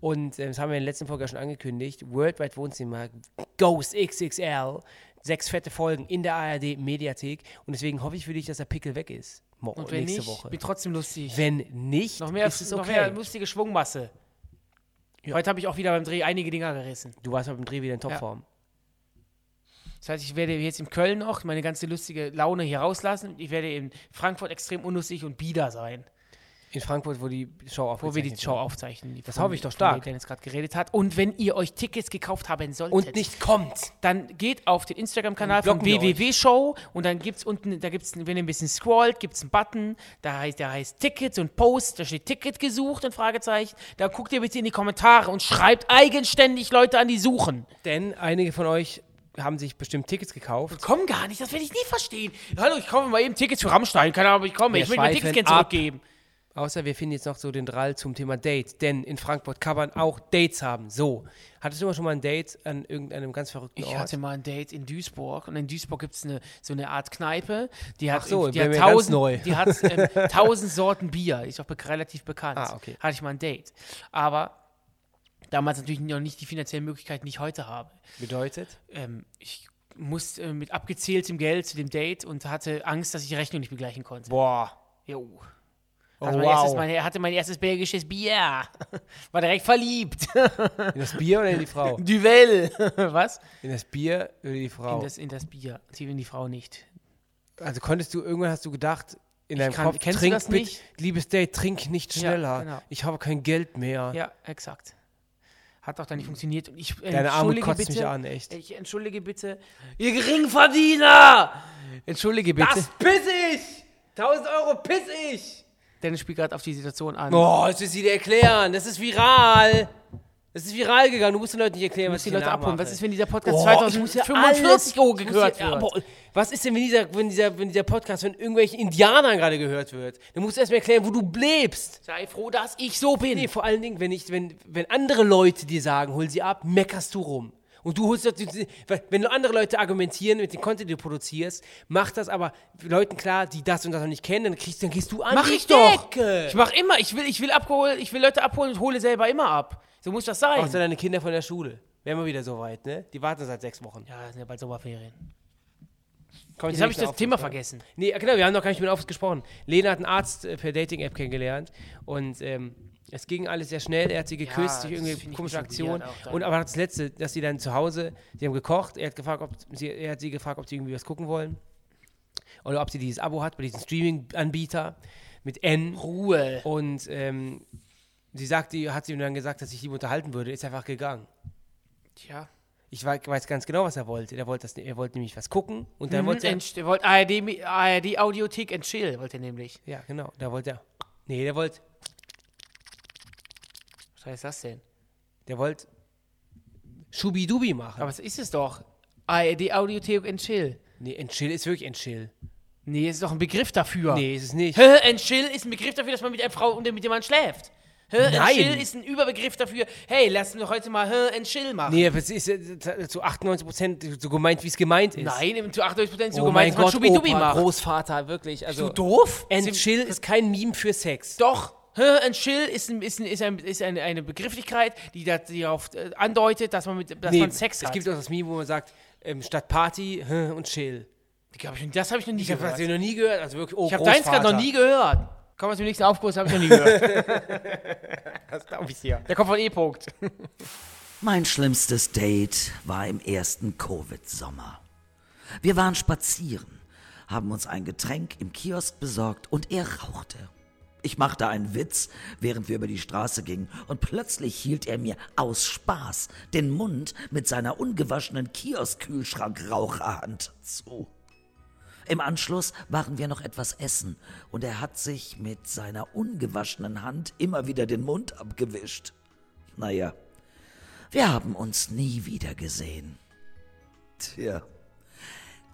Speaker 2: Und äh, das haben wir in der letzten Folge ja schon angekündigt. Worldwide Wohnzimmer, Ghost XXL, sechs fette Folgen in der ARD-Mediathek. Und deswegen hoffe ich für dich, dass der Pickel weg ist. Mo
Speaker 1: Und wenn
Speaker 2: nächste
Speaker 1: nicht,
Speaker 2: Woche.
Speaker 1: bin trotzdem lustig.
Speaker 2: Wenn nicht,
Speaker 1: noch, mehr,
Speaker 2: ist es okay.
Speaker 1: noch mehr lustige Schwungmasse. Heute habe ich auch wieder beim Dreh einige Dinger gerissen.
Speaker 2: du warst beim Dreh wieder in Topform.
Speaker 1: Das heißt, ich werde jetzt in Köln noch meine ganze lustige Laune hier rauslassen. Ich werde in Frankfurt extrem unlustig und bieder sein,
Speaker 2: In Frankfurt, wo die Show aufgezeichnet
Speaker 1: wo wir die
Speaker 2: wird.
Speaker 1: Show aufzeichnen. die
Speaker 2: Das
Speaker 1: von-
Speaker 2: hoffe ich doch
Speaker 1: von der
Speaker 2: stark.
Speaker 1: Dennis gerade geredet hat. Und wenn ihr euch Tickets gekauft haben solltet,
Speaker 2: Und nicht kommt.
Speaker 1: dann geht auf den Instagram-Kanal
Speaker 2: Dann
Speaker 1: von
Speaker 2: blocken wir euch.
Speaker 1: www.show und dann gibt es unten, da gibt's, wenn ihr ein bisschen scrollt, gibt es einen Button, da heißt, der heißt Tickets und Post, da steht Ticket gesucht und Fragezeichen. Da guckt ihr bitte in die Kommentare und schreibt eigenständig Leute an, die suchen.
Speaker 2: Denn einige von euch haben sich bestimmt Tickets gekauft.
Speaker 1: Komm gar nicht, das werde ich nie verstehen. Hallo, ich kaufe mal eben Tickets für Rammstein, keine Ahnung, ich komme,
Speaker 2: Wir
Speaker 1: ich will mir
Speaker 2: schweifen
Speaker 1: Tickets gerne
Speaker 2: ab.
Speaker 1: zurückgeben.
Speaker 2: Außer wir finden jetzt noch so den Drall zum Thema Date. Denn in Frankfurt kann man auch Dates haben. So. Hattest du immer schon mal ein Date an irgendeinem ganz verrückten
Speaker 1: Ich
Speaker 2: Ort?
Speaker 1: hatte mal ein Date in Duisburg und in Duisburg gibt es eine, so eine Art Kneipe, die hat,
Speaker 2: Ach so,
Speaker 1: die
Speaker 2: wäre
Speaker 1: hat
Speaker 2: mir ganz
Speaker 1: tausend,
Speaker 2: neu.
Speaker 1: Die hat, ähm, tausend Sorten Bier, ist auch be relativ bekannt.
Speaker 2: Ah, okay.
Speaker 1: Hatte ich mal ein Date. Aber damals natürlich noch nicht die finanziellen Möglichkeiten, die ich heute habe.
Speaker 2: Bedeutet?
Speaker 1: Ähm, ich musste äh, mit abgezähltem Geld zu dem Date und hatte Angst, dass ich die Rechnung nicht begleichen konnte.
Speaker 2: Boah.
Speaker 1: Jo.
Speaker 2: Oh,
Speaker 1: Hatte mein erstes, mein, hatte mein erstes belgisches Bier. War direkt verliebt.
Speaker 2: In das Bier oder in die Frau?
Speaker 1: Duvel. Was?
Speaker 2: In das Bier oder die Frau?
Speaker 1: In das, in das Bier. Sie in die Frau nicht.
Speaker 2: also konntest du, irgendwann hast du gedacht, in deinem
Speaker 1: kann-
Speaker 2: Kopf,
Speaker 1: kennst du
Speaker 2: trink
Speaker 1: das
Speaker 2: bitte-
Speaker 1: nicht?
Speaker 2: liebes Date, trink nicht
Speaker 1: Ja,
Speaker 2: schneller.
Speaker 1: genau.
Speaker 2: Ich habe kein Geld mehr.
Speaker 1: Ja, exakt. Hat auch dann nicht funktioniert. Und ich
Speaker 2: Mhm. Deine Arme
Speaker 1: entschuldige
Speaker 2: kotzt
Speaker 1: bitte,
Speaker 2: mich an, echt.
Speaker 1: Ich entschuldige bitte, ihr Geringverdiener!
Speaker 2: Entschuldige bitte.
Speaker 1: Das
Speaker 2: piss ich! 1000 Euro piss ich!
Speaker 1: Dennis spielt gerade auf die Situation an.
Speaker 2: Oh, das ist wieder erklären. Das ist viral. Das ist viral gegangen. Du musst den Leuten nicht erklären,
Speaker 1: Du
Speaker 2: was
Speaker 1: musst die Leute abholen. Was ist, wenn dieser Podcast
Speaker 2: oh,
Speaker 1: 2045 gehört
Speaker 2: ja,
Speaker 1: wird?
Speaker 2: aber Was ist denn, wenn dieser, wenn, dieser, wenn dieser Podcast von irgendwelchen Indianern gerade gehört wird? Dann musst du erstmal erklären, wo du lebst.
Speaker 1: Sei froh, dass ich so bin.
Speaker 2: Nee, vor allen Dingen, wenn, ich, wenn, wenn andere Leute dir sagen, hol sie ab, meckerst du rum. Und du holst, wenn andere Leute argumentieren mit dem Content, den du produzierst, mach das aber Leuten klar, die das und das noch nicht kennen, dann, kriegst, dann gehst du an
Speaker 1: mach
Speaker 2: die
Speaker 1: ich doch.
Speaker 2: Decke.
Speaker 1: Ich mach immer. Ich will, ich will abgeholt, ich will Leute abholen und hole selber immer ab. So muss das sein.
Speaker 2: Außer deine Kinder von der Schule. Wären wir wieder so weit, ne? Die warten seit sechs Wochen.
Speaker 1: ja, sind ja bald Sommerferien.
Speaker 2: Kommt
Speaker 1: Jetzt
Speaker 2: hier
Speaker 1: habe ich
Speaker 2: nicht
Speaker 1: das
Speaker 2: auf-
Speaker 1: Thema vergessen.
Speaker 2: Nee, äh, genau, wir haben noch gar nicht mit Office gesprochen. Lena hat einen Arzt äh, per Dating-App kennengelernt und ähm, es ging alles sehr schnell. Er hat sie geküsst
Speaker 1: das
Speaker 2: durch
Speaker 1: finde
Speaker 2: irgendeine
Speaker 1: ich
Speaker 2: komische
Speaker 1: ein bisschen weird
Speaker 2: Aktion.
Speaker 1: auch dann.
Speaker 2: Und aber das Letzte, dass sie dann zu Hause, sie haben gekocht, er hat, gefragt, ob sie, er hat sie gefragt, ob sie irgendwie was gucken wollen. Oder ob sie dieses Abo hat bei diesem Streaming-Anbieter mit N.
Speaker 1: Ruhe.
Speaker 2: Und ähm, sie sagt, die, hat sie ihm dann gesagt, dass ich ihm unterhalten würde, ist einfach gegangen.
Speaker 1: Tja.
Speaker 2: Ich wei- weiß ganz genau, was er wollte. Er wollte, das, er wollte nämlich was gucken und dann wollte er.
Speaker 1: Mhm, Entsch- wollt ARD, ARD Audiothek and Chill, wollte er nämlich.
Speaker 2: Ja, genau. Da wollte er. Nee, der wollte.
Speaker 1: Was heißt das denn?
Speaker 2: Der wollte. Schubidubi machen.
Speaker 1: Aber was ist es doch? ARD Audiothek and Chill.
Speaker 2: nee, Entschill ist wirklich Entschill.
Speaker 1: Nee, es ist doch ein Begriff dafür.
Speaker 2: Nee, ist es nicht.
Speaker 1: Hä, and Chill ist ein Begriff dafür, dass man mit einer Frau und mit jemandem schläft. Hä, and
Speaker 2: Nein.
Speaker 1: Chill ist ein Überbegriff dafür, hey, lass uns doch heute mal Hä, and Chill machen.
Speaker 2: Nee, aber es ist äh, zu zu 98% so gemeint, wie es gemeint ist.
Speaker 1: Nein, im- zu 98% so
Speaker 2: oh
Speaker 1: gemeint,
Speaker 2: mein
Speaker 1: dass man
Speaker 2: Gott,
Speaker 1: Schubidubi
Speaker 2: Opa,
Speaker 1: macht.
Speaker 2: Großvater, wirklich. Also,
Speaker 1: doof?
Speaker 2: Entschill ist kein Meme für Sex.
Speaker 1: Doch. Hä, and Chill ist, ein, ist, ein, ist, ein, ist eine, eine Begrifflichkeit, die da- die darauf äh, andeutet, dass man, mit, dass man Sex
Speaker 2: es
Speaker 1: hat.
Speaker 2: gibt auch das Meme, wo man sagt, ähm, statt Party hä, und Chill.
Speaker 1: Ich hab ich, das habe ich noch nie
Speaker 2: Ich habe
Speaker 1: gehört.
Speaker 2: das noch nie gehört. Also wirklich, oh,
Speaker 1: Ich habe deins gerade noch nie gehört. Komm aus dem nächsten Aufkurs, habe ich noch nie gehört.
Speaker 2: Das glaube ich dir.
Speaker 1: Der kommt von E-Punkt.
Speaker 3: Mein schlimmstes Date war im ersten Covid-Sommer. Wir waren spazieren, haben uns ein Getränk im Kiosk besorgt und er rauchte. Ich machte einen Witz, während wir über die Straße gingen, und plötzlich hielt er mir aus Spaß den Mund mit seiner ungewaschenen Kiosk-Kühlschrankraucherhand zu. Im Anschluss waren wir noch etwas essen, und er hat sich mit seiner ungewaschenen Hand immer wieder den Mund abgewischt. Naja, wir haben uns nie wieder gesehen. Tja.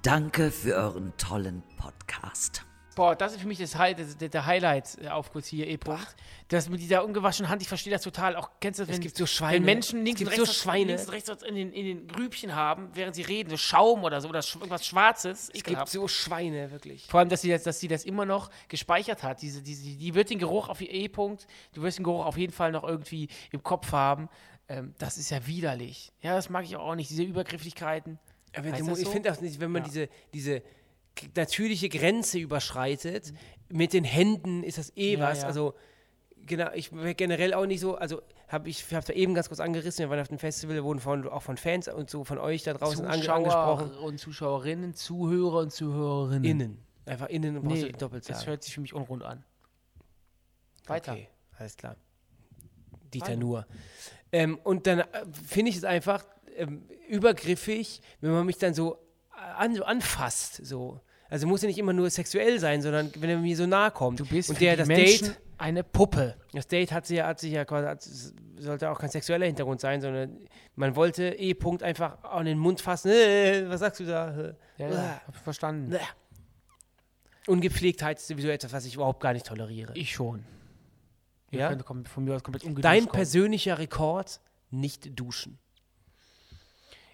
Speaker 3: Danke für euren tollen Podcast.
Speaker 1: Boah, das ist für mich das High, das, der, der Highlight äh, auf kurz hier, E-Punkt. Das mit dieser ungewaschenen Hand, ich verstehe das total. Auch kennst du das, wenn,
Speaker 2: gibt so Schweine.
Speaker 1: wenn Menschen
Speaker 2: Es
Speaker 1: links und
Speaker 2: gibt
Speaker 1: rechts,
Speaker 2: so
Speaker 1: was-
Speaker 2: Schweine.
Speaker 1: links und rechts was in den, in den Grübchen haben, während sie reden, so Schaum oder so, oder sch irgendwas Schwarzes.
Speaker 2: Es gibt
Speaker 1: Ekelhaft.
Speaker 2: so Schweine, wirklich.
Speaker 1: Vor allem, dass sie, das, dass sie das immer noch gespeichert hat. Diese, diese, die wird den Geruch auf ihr E-Punkt, du wirst den Geruch auf jeden Fall noch irgendwie im Kopf haben. Ähm, das ist ja widerlich. Ja, das mag ich auch nicht, diese Übergrifflichkeiten.
Speaker 2: Aber
Speaker 1: Heißt
Speaker 2: du
Speaker 1: das
Speaker 2: musst- Also ich
Speaker 1: so?
Speaker 2: finde auch nicht, wenn man
Speaker 1: Ja.
Speaker 2: diese, diese k- natürliche Grenze überschreitet, mit den Händen ist das eh
Speaker 1: Mhm. Ja,
Speaker 2: was.
Speaker 1: ja.
Speaker 2: Also, genau, ich wär generell auch nicht so, also habe ich habe da eben ganz kurz angerissen, wir waren auf dem Festival, wurden von, auch von Fans und so von euch da draußen ange angesprochen.
Speaker 1: Zuschauer und Zuschauerinnen, Zuhörer und Zuhörerinnen.
Speaker 2: Innen. Einfach innen und brauchst du
Speaker 1: Nee,
Speaker 2: nicht doppelt
Speaker 1: das
Speaker 2: sagen.
Speaker 1: hört sich für mich unrund an. Weiter.
Speaker 2: Okay, alles klar. Dieter Nur. Ähm, und dann äh, finde ich es einfach ähm, übergriffig, wenn man mich dann so äh, an, anfasst. So. Also muss ja nicht immer nur sexuell sein, sondern wenn er mir so nahe kommt.
Speaker 1: Du bist
Speaker 2: und
Speaker 1: für
Speaker 2: der
Speaker 1: die
Speaker 2: das
Speaker 1: Menschen
Speaker 2: Date.
Speaker 1: eine Puppe.
Speaker 2: Das Date hat sich ja, hat sich ja quasi, hat, sollte auch kein sexueller Hintergrund sein, sondern man wollte E-Punkt einfach an den Mund fassen. Äh, was sagst du da? Äh,
Speaker 1: Ja, ja, hab ich verstanden.
Speaker 2: äh. Ungepflegtheit ist sowieso etwas, was ich überhaupt gar nicht toleriere.
Speaker 1: Ich schon. Ihr
Speaker 2: Ja?
Speaker 1: könnt kom- von mir aus komplett ungeduscht
Speaker 2: Dein
Speaker 1: kommen.
Speaker 2: persönlicher Rekord, nicht duschen.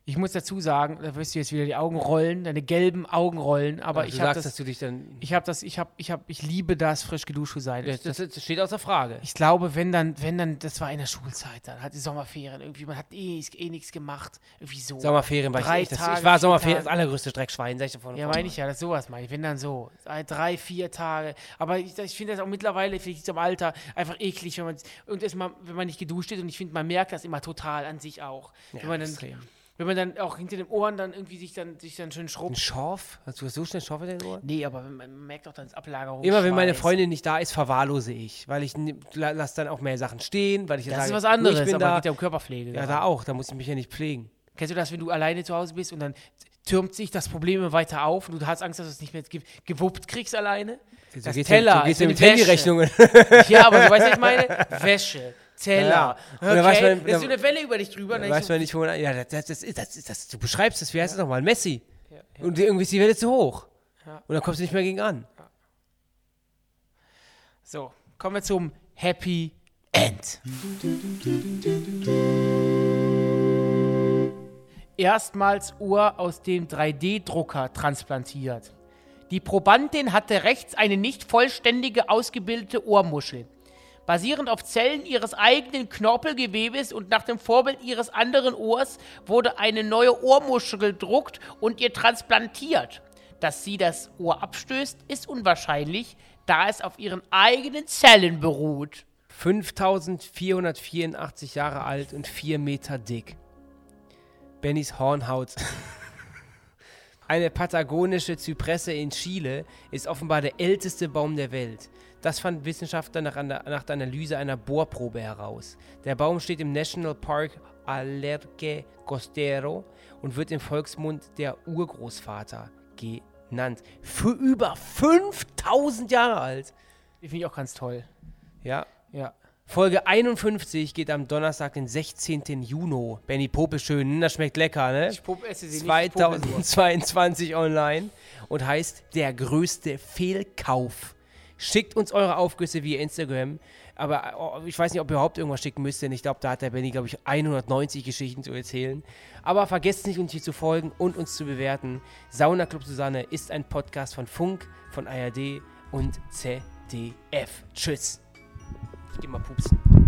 Speaker 1: Ich muss dazu sagen, da wirst du jetzt wieder die Augen rollen, deine gelben Augen rollen, aber
Speaker 2: Aber
Speaker 1: ich habe das,
Speaker 2: dass du dich dann.
Speaker 1: ich habe das, ich habe, ich habe, ich liebe das, frisch geduscht zu sein. Ich-
Speaker 2: das, steht außer Frage.
Speaker 1: Ich glaube, wenn dann, wenn dann, das war in der Schulzeit, dann hat die Sommerferien irgendwie, man hat eh, eh nichts gemacht, irgendwie so.
Speaker 2: Sommerferien war
Speaker 1: Drei
Speaker 2: ich. Das,
Speaker 1: Tage,
Speaker 2: ich war
Speaker 1: vier
Speaker 2: Sommerferien das
Speaker 1: Tage.
Speaker 2: allergrößte Dreckschwein, sag ich davon.
Speaker 1: Ja, meine ich ja, das sowas meine ich. Wenn dann so, drei- drei, vier Tage. Aber ich, ich finde das auch mittlerweile, finde ich zum Alter, einfach eklig, wenn man irgendwas mal, wenn man nicht geduscht ist. Und ich finde, man merkt das immer total an sich auch. wenn, man dann,
Speaker 2: extrem.
Speaker 1: wenn man dann auch hinter den Ohren dann irgendwie sich dann, sich dann schön
Speaker 2: Ein
Speaker 1: schrubbt.
Speaker 2: Schorf? Hast du so schnell Schorf in den Ohren?
Speaker 1: Nee, aber man- man merkt auch dann das Ablagerung.
Speaker 2: Immer wenn meine
Speaker 1: Schweiß.
Speaker 2: Freundin nicht da ist, verwahrlose ich. Weil ich ne- la- lass dann auch mehr Sachen stehen, weil ich ja
Speaker 1: Das ist
Speaker 2: sage,
Speaker 1: was
Speaker 2: nur
Speaker 1: anderes,
Speaker 2: ich bin
Speaker 1: aber
Speaker 2: da.
Speaker 1: geht ja um Körperpflege.
Speaker 2: ja,
Speaker 1: gerade.
Speaker 2: da auch. Da muss ich mich ja nicht pflegen.
Speaker 1: Kennst du das, wenn du alleine zu Hause bist und dann türmt sich das Problem immer weiter auf und du hast Angst, dass du es nicht mehr ge gewuppt kriegst alleine? das
Speaker 2: geht's
Speaker 1: Teller,
Speaker 2: Ja, so geht's
Speaker 1: also
Speaker 2: ja mit
Speaker 1: die Wäsche.
Speaker 2: Handyrechnungen.
Speaker 1: Ja, aber du weißt, was ich meine? Wäsche, Teller.
Speaker 2: Ja. Und dann weiß
Speaker 1: Okay,
Speaker 2: man-
Speaker 1: da ist so
Speaker 2: dann-
Speaker 1: eine Welle über dich drüber. ne? und dann
Speaker 2: Weiß
Speaker 1: denkst
Speaker 2: man nicht, wo man. Ja, das, das, das, ist- das, ist- das, du beschreibst das, wie heißt das nochmal? Messi. Und irgendwie ist die Welle zu hoch.
Speaker 1: Ja.
Speaker 2: Und dann kommst du nicht mehr gegen an.
Speaker 1: so, so, kommen wir zum Happy End. Erstmals Uhr aus dem 3D-Drucker transplantiert. Die Probandin hatte rechts eine nicht vollständige ausgebildete Ohrmuschel. Basierend auf Zellen ihres eigenen Knorpelgewebes und nach dem Vorbild ihres anderen Ohrs wurde eine neue Ohrmuschel gedruckt und ihr transplantiert. Dass sie das Ohr abstößt, ist unwahrscheinlich, da es auf ihren eigenen Zellen beruht.
Speaker 2: 5484 Jahre alt und 4 Meter dick. Bennys Hornhaut. Eine patagonische Zypresse in Chile ist offenbar der älteste Baum der Welt. Das fanden Wissenschaftler nach, einer, nach der Analyse einer Bohrprobe heraus. Der Baum steht im National Park Alerque Costero und wird im Volksmund der Urgroßvater genannt. Für über 5000 Jahre alt.
Speaker 1: Die finde ich auch ganz toll.
Speaker 2: Ja,
Speaker 1: Ja.
Speaker 2: Folge 51 geht am Donnerstag, den 16. Juni. Benny Pope schön, hm, das schmeckt lecker, ne?
Speaker 1: esse
Speaker 2: 2022 online und heißt der größte Fehlkauf. Schickt uns eure Aufgüsse via Instagram. Aber äh, ich weiß nicht, ob ihr überhaupt irgendwas schicken müsst, denn ich glaube, da hat der Benny, glaube ich, 190 Geschichten zu erzählen. Aber vergesst nicht, uns hier zu folgen und uns zu bewerten. Sauna Club Susanne ist ein Podcast von Funk, von ARD und ZDF. Tschüss. Ich geh mal pupsen.